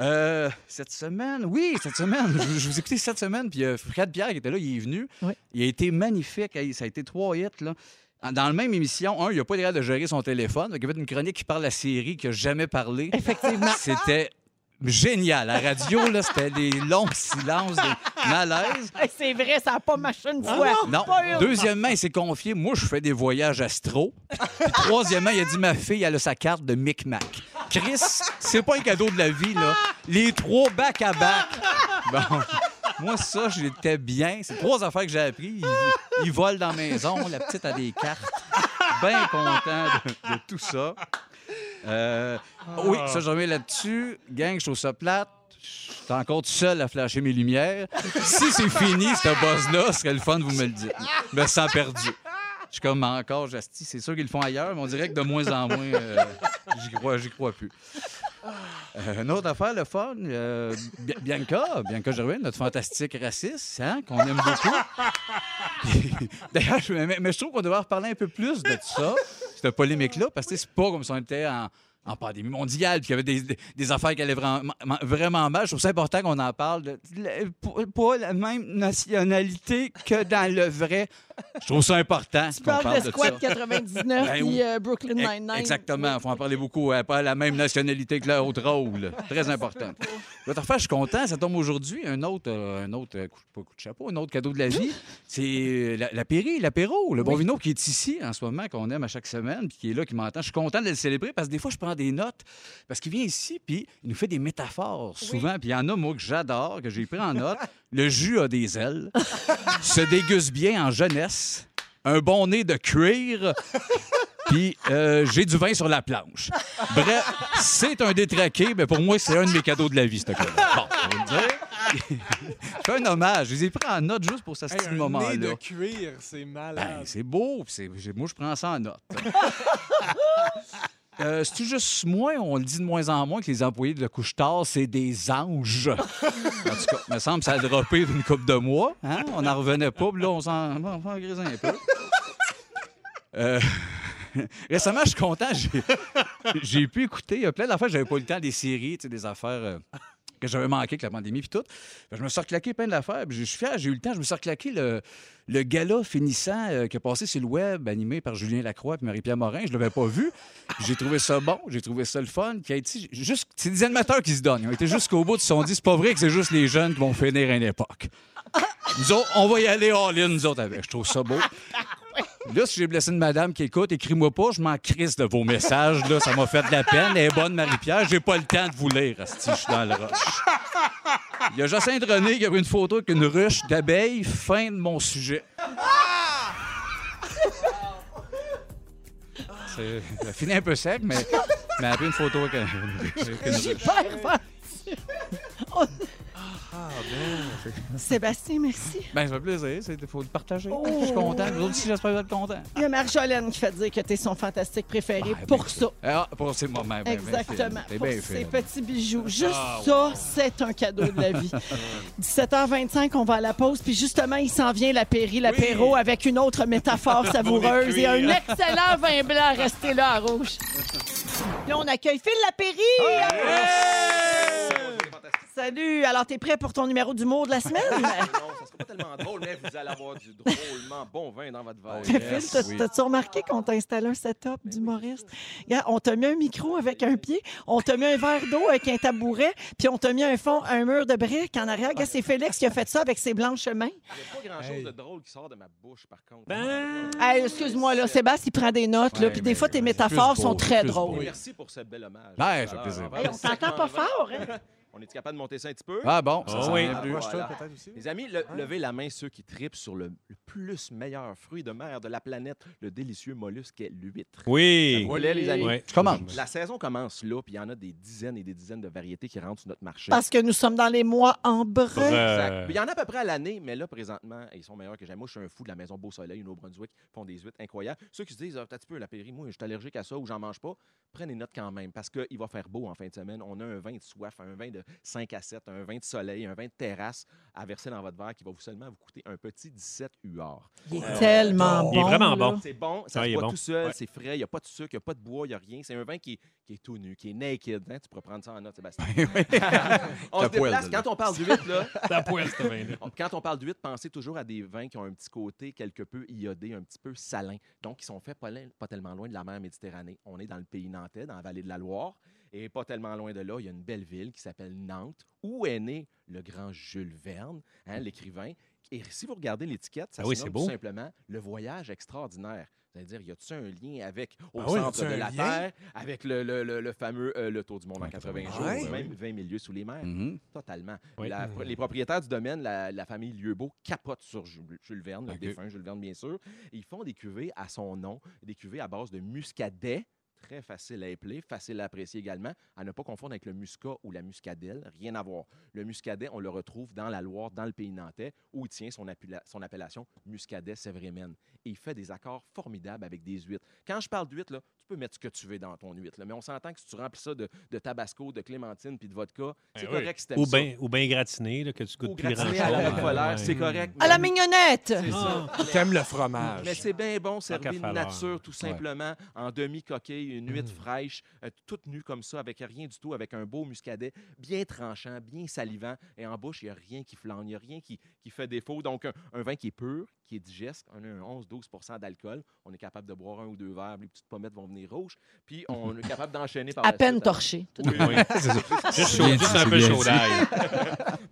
Euh, cette semaine, oui, cette semaine, je, je vous écoutais cette semaine, puis euh, Fred Pierre qui était là, il est venu. Oui. Il a été magnifique, Hey, ça a été trois hits. Là. En- Dans la même émission, un, il n'a pas l'air de gérer son téléphone, donc il a fait une chronique qui parle de la série qu'il n'a jamais parlé. Effectivement. C'était génial. À la radio, là, c'était des longs silences, des malaises. Hey, C'est vrai, ça n'a pas marché une fois. Ah Non. Deuxièmement, il s'est confié. Moi, je fais des voyages astro. Puis troisièmement, il a dit ma fille, elle a sa carte de Micmac. Chris, c'est pas un cadeau de la vie, là. Les trois bac à bac. Bon. Moi, ça, j'étais bien. C'est trois affaires que j'ai appris. Il, il vole dans la maison. La petite a des cartes. Bien content de, de tout ça. Euh, Oui, ça, je remets là-dessus. Gang, je trouve ça plate. Je suis encore tout seul à flasher mes lumières. si c'est fini, ce buzz-là, ce serait le fun de vous me le dire. Mais sans perdu. Je suis comme encore, Jasti, c'est sûr qu'ils le font ailleurs, mais on dirait que de moins en moins, euh, j'y crois, j'y crois plus. Euh, une autre affaire, le fun, euh, Bi- Bianca, Bianca Gervais, notre fantastique raciste, hein, qu'on aime beaucoup. D'ailleurs, je- mais, mais je trouve qu'on devrait reparler un peu plus de ça, cette polémique-là, parce que tu sais, c'est pas comme si on était en, en pandémie mondiale, puis qu'il y avait des, des- des affaires qui allaient vraiment, vraiment mal. Je trouve ça important qu'on en parle. de- le- pour- pas la même nationalité que dans le vrai. Je trouve ça important Tu qu'on parles parle de de Squad ça. 99 Ben oui. puis euh, Brooklyn Ex- Nine-Nine. Exactement. Il faut en parler beaucoup. Elle a pas la même nationalité que l'autre rôle. Très important. L'autre affaire, je suis content. Ça tombe aujourd'hui. Un autre, euh, un autre euh, coup, pas coup de chapeau, un autre cadeau de la vie. C'est euh, la, la Péry, l'apéro. Le bon vino qui est ici en ce moment, qu'on aime à chaque semaine, puis qui est là, qui m'entend. Je suis content de le célébrer parce que des fois, je prends des notes. Parce qu'il vient ici, puis il nous fait des métaphores souvent. Puis il y en a, moi, que j'adore, que j'ai pris en note. Le jus a des ailes. se déguste bien en jeunesse. Un bon nez de cuir puis euh, j'ai du vin sur la planche. Bref, c'est un détraqué, mais pour moi, c'est un de mes cadeaux de la vie, ce cadeau. Bon, on va le dire. je fais un hommage. Je les ai pris en note juste pour ce Hey, petit un moment-là. nez de cuir, c'est malade. Ben, c'est beau. puis c'est- j'ai- moi, je prends ça en note. Euh, C'est-tu juste moi? On le dit de moins en moins que les employés de Couche-Tard, c'est des anges. en tout cas, me semble que ça a droppé d'une coupe de mois. hein? On n'en revenait pas, puis là, on s'en on s'en grisait un peu. Euh, Récemment, je suis content. J'ai, j'ai pu écouter il y a plein d'affaires. J'avais pas eu le temps des séries, tu sais, des affaires euh, que j'avais manquées avec la pandémie puis tout. Fait que je me suis reclaqué plein d'affaires. puis Je suis fier, j'ai eu le temps. Je me suis reclaqué le, le gala finissant euh, qui a passé sur le web, animé par Julien Lacroix et Marie-Pierre Morin. Je l'avais pas vu. Puis J'ai trouvé ça bon. J'ai trouvé ça le fun. Puis, hey, tu sais, juste, c'est des animateurs qui se donnent. Ils ont été jusqu'au bout. Ils se sont dit, c'est pas vrai que c'est juste les jeunes qui vont finir à une époque. Nous autres, on va y aller all-in, nous autres, avec. Je trouve ça beau. Là, si j'ai blessé une madame qui écoute, écris-moi pas, je m'en crisse de vos messages. Là, ça m'a fait de la peine. Elle est bonne, Marie-Pierre. J'ai pas le temps de vous lire, asti, je suis dans le rush. Il y a Jacinthe René qui a pris une photo avec une ruche d'abeilles. Fin de mon sujet. C'est ça finit un peu sec, mais, mais elle a pris une photo avec, un- avec une ruche. Super facile. ben. On- Ah, Sébastien, merci. Ben, ça fait plaisir. Il faut le partager. Je suis content. Vous autres aussi, j'espère que vous êtes contents. Il y a Marjolaine qui fait dire que t'es son fantastique préféré Ah, ben, pour ça. Ah, pour ces moments. ben, ben, Exactement. T'es Pour bien Ah, ces fine. petits bijoux. Juste ça, c'est un cadeau de la vie. 17h25, on va à la pause. Puis justement, il s'en vient la Péry, l'apéro, avec une autre métaphore savoureuse et un excellent vin blanc. Restez là, à rouge. Là, on accueille Phil Lapéry. Salut, Salut. Alors, t'es prêt pour ton numéro d'humour de la semaine? Non, ça sera pas tellement drôle, mais vous allez avoir du drôlement bon vin dans votre verre. Phil, t'as- t'as-tu remarqué qu'on t'a installé un setup Ben d'humoriste? Regarde, on t'a mis un micro avec un pied, on t'a mis un verre d'eau avec un tabouret, puis on t'a mis un fond, un mur de briques en arrière. Regarde, c'est Félix qui a fait ça avec ses blanches mains. Il n'y a pas grand-chose de drôle qui sort de ma bouche, par contre. Ben, Hey, excuse-moi, là, Sébastien, il prend des notes, là, Ouais, puis des mais- fois, tes mais c'est métaphores plus beau, sont très c'est plus beau. Et drôles. Merci pour ce bel hommage. Ouais, Tout à Ben, ça fait l'heure, plaisir. envers Hey, le on t'entend pas segment fort, hein? On est capable de monter ça un petit peu? Ah bon, ça Ah s'en oui. vient plus. Approche-toi, Voilà. peut-être aussi. Les amis, le- levez la main ceux qui tripent sur le, le plus meilleur fruit de mer de la planète, le délicieux mollusque est l'huître. Ça Oui. vous plaît, les amis? Ouais. Je commande. euh, La saison commence là, puis il y en a des dizaines et des dizaines de variétés qui rentrent sur notre marché. Parce que nous sommes dans les mois ambreux. Exact. Euh, Puis Il y en a à peu près à l'année, mais là, présentement, ils sont meilleurs que jamais. Moi, je suis un fou de la maison Beau Soleil, au Brunswick, font des huîtres incroyables. Ceux qui se disent, ah, t'as un petit peu la péri, moi, je suis allergique à ça ou j'en mange pas, prenez note quand même, parce qu'il va faire beau en fin de semaine. On a un vin de soif, un vin de 5 à 7, un vin de soleil, un vin de terrasse à verser dans votre verre qui va vous seulement vous coûter un petit 17 UR. Il est tellement bon. Il est vraiment là. bon. C'est bon, ça Ah, il se est boit bon. tout seul, Ouais. c'est frais, il n'y a pas de sucre, il n'y a pas de bois, il n'y a rien. C'est un vin qui est, qui est tout nu, qui est naked. hein. Tu pourras prendre ça en note, Sébastien. on se Ta poêle, déplace. là. Quand on parle d'huître, là, la poêle, ce vin-là. on- Quand on parle d'huître, pensez toujours à des vins qui ont un petit côté quelque peu iodé, un petit peu salin. Donc, ils sont faits pas, loin- pas tellement loin de la mer Méditerranée. On est dans le pays nantais, dans la vallée de la Loire. Et pas tellement loin de là, il y a une belle ville qui s'appelle Nantes, où est né le grand Jules Verne, hein, l'écrivain. Et si vous regardez l'étiquette, ça Ah oui, se c'est nomme beau. tout simplement le voyage extraordinaire. C'est-à-dire, y a-t-il un lien avec au Ah oui, y centre a-t-il de un la lien? Terre, avec le, le- le- le fameux euh, le tour du monde en 80 jours, Ouais. ou même 20 milieux sous les mers? Mhm. Totalement. Oui. La- les propriétaires du domaine, la, la famille Lieubeau, capote sur Jules, Jules Verne, Ok. le défunt Jules Verne, bien sûr. Ils font des cuvées à son nom, des cuvées à base de muscadet, très facile à épeler, facile à apprécier également, à ne pas confondre avec le muscat ou la muscadelle, rien à voir. Le muscadet, on le retrouve dans la Loire, dans le pays nantais, où il tient son, appela- son appellation muscadet sévrémène. Et il fait des accords formidables avec des huîtres. Quand je parle d'huîtres, là, tu peux mettre ce que tu veux dans ton huître, là, mais on s'entend que si tu remplis ça de, de tabasco, de clémentine puis de vodka, c'est Eh oui. correct si t'aimes Ou ça bien ou ben gratiné, là, que tu ou goûtes plus hein. gratiné à la grand-chose. roquefort, Ouais. c'est correct. À la mignonnette! T'aimes le Mais fromage. Ben, c'est bien bon, Tant qu'à servi de falloir. nature, tout simplement, en demi-coquille, une Mhm. huître fraîche, euh, toute nue comme ça, avec rien du tout, avec un beau muscadet, bien tranchant, bien salivant, et en bouche, il n'y a rien qui flâne, il n'y a rien qui, qui fait défaut. Donc, un, un vin qui est pur, qui est digeste, on a un 11-12 d'alcool, on est capable de boire un ou deux verres, les petites pommettes vont venir rouges, puis on est capable d'enchaîner par À la peine suite. torché. Oui, oui. Juste chaud, Bien dit, juste un peu bien dit. chaud d'ail.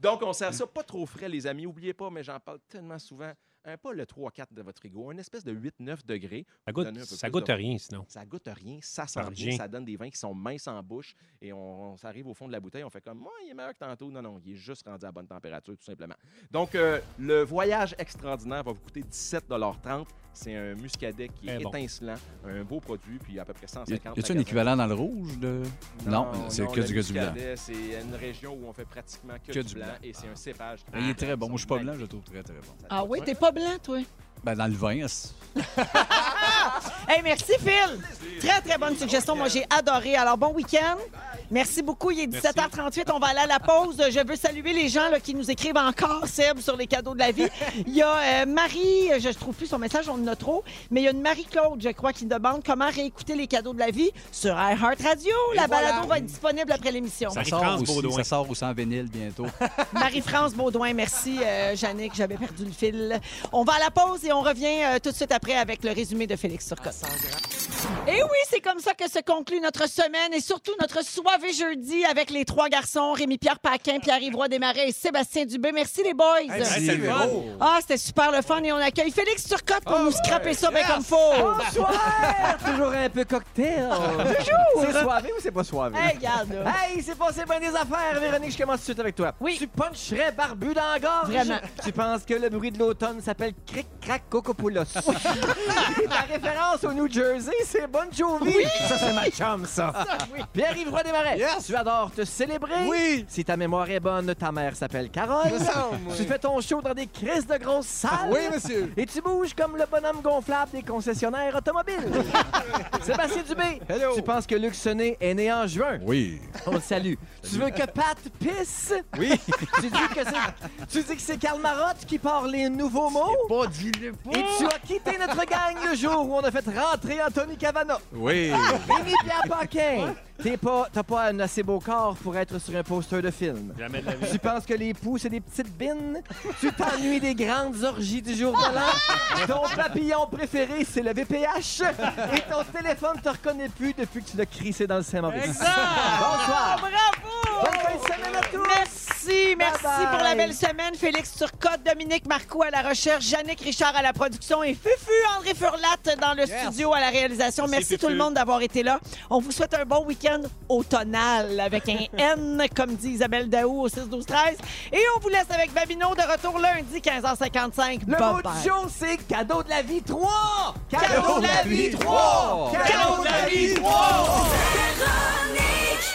Donc, on sert ça pas trop frais, les amis. Oubliez pas, mais j'en parle tellement souvent. Un pas le 3-4 de votre frigo, un espèce de 8-9 degrés. Ça Vous donnez goûte, un peu ça plus goûte de- rien, sinon. Ça goûte rien, ça sent Ça rien, revient. ça donne des vins qui sont minces en bouche et on, on s'arrive au fond de la bouteille, on fait comme, moi, il est meilleur que tantôt. Non, non, il est juste rendu à bonne température, tout simplement. Donc, euh, le voyage extraordinaire va vous coûter 17,30 C'est un muscadet qui est Eh Très bon. étincelant, un beau produit, puis à peu près Y 150 a-tu un magasins. équivalent dans le rouge? De... Non, c'est que le du- que du blanc. Muscadet, C'est une région où on fait pratiquement que, Que du, du blanc, blanc. et c'est un cépage. qui- Ah, Ben, il est très bon. Moi, je suis pas blanc, je le trouve très, très bon. Ah oui, t'es pas blanc, toi. Ben, dans le vin, c'est- Hey, merci, Phil. Très, très bonne suggestion. Moi, j'ai adoré. Alors, bon week-end. Merci beaucoup. Il est 17h38. On va aller à la pause. Je veux saluer les gens là, qui nous écrivent encore, Seb, sur les cadeaux de la vie. Il y a euh, Marie, je ne trouve plus son message, on en a trop, mais il y a une Marie-Claude, je crois, qui demande comment réécouter les cadeaux de la vie sur iHeart Radio. La balado va être disponible après l'émission. Ça- sort Marie-France aussi, Baudouin. ça sort aussi en vinyle bientôt. Marie-France Baudouin, merci, euh, Yannick. J'avais perdu le fil. On va à la pause et on revient euh, tout de suite après avec le résumé de Félix Turcotte. Et oui, c'est comme ça que se conclut notre semaine et surtout notre soirée jeudi avec les trois garçons, Rémi-Pierre Paquin, Pierre-Yves Roy Desmarais et Sébastien Dubé. Merci les boys. Merci, c'est le fun. Véro. Ah, c'était super le fun et on accueille Félix Turcotte pour nous scraper ça bien comme faut. Bonsoir! Toujours un peu cocktail. Toujours! C'est soirée ou c'est pas soirée? Hey, regarde, là. Hey, il s'est passé bien des affaires, Véronique, je commence tout de suite avec toi. Oui. Tu puncherais barbu dans la gorge. Vraiment. Tu penses que le bruit de l'automne s'appelle cric crac cocopoulos. Et Ta référence au New Jersey, c'est Bon Jovi. Oui. Ça, c'est ma chum, ça. Pierre-Yves Roy Desmarais, tu adores te célébrer. Oui. Si ta mémoire est bonne, ta mère s'appelle Carole. Ça semble, Tu oui. Ah fais ton show dans des crises de grosses salles. Oui, monsieur. Et tu bouges comme le bonhomme gonflable des concessionnaires automobiles. Sébastien Dubé, tu penses que Luc Sonnet est né en juin. Oui. On le salue. Tu veux que Pat pisse? Oui. tu, dis que c'est- tu dis que c'est Karl Marotte qui parle les nouveaux mots? Et tu as quitté notre gang le jour où on a fait rentrer Anthony Cavana. Oui. Ah, Rémi-Pierre Paquin, t'es pas- t'as pas un assez beau corps pour être sur un poster de film. Jamais de la vie. Tu penses que les poux, c'est des petites bines? Tu t'ennuies des grandes orgies du jour de l'an? Ton papillon préféré, c'est le VPH? Et ton téléphone te reconnaît plus depuis que tu l'as crissé dans le Saint-Maurice. Bonsoir! Ah, Bravo! Bonne fin de semaine à tous! Merci, merci Bye-bye. pour la belle semaine. Félix Turcotte, Dominique Marcoux à la recherche, Yannick Richard à la production et Fufu André Furlat dans le studio à la réalisation. Merci tout le monde d'avoir été là. On vous souhaite un bon week-end automnal avec un N, comme dit Isabelle Daou au 6 12 13 Et on vous laisse avec Babino de retour lundi 15h55. Le Bye mot bye. du jour, c'est cadeau de la vie 3! Cadeau de la vie trois! Cadeau de la vie 3! Véronique,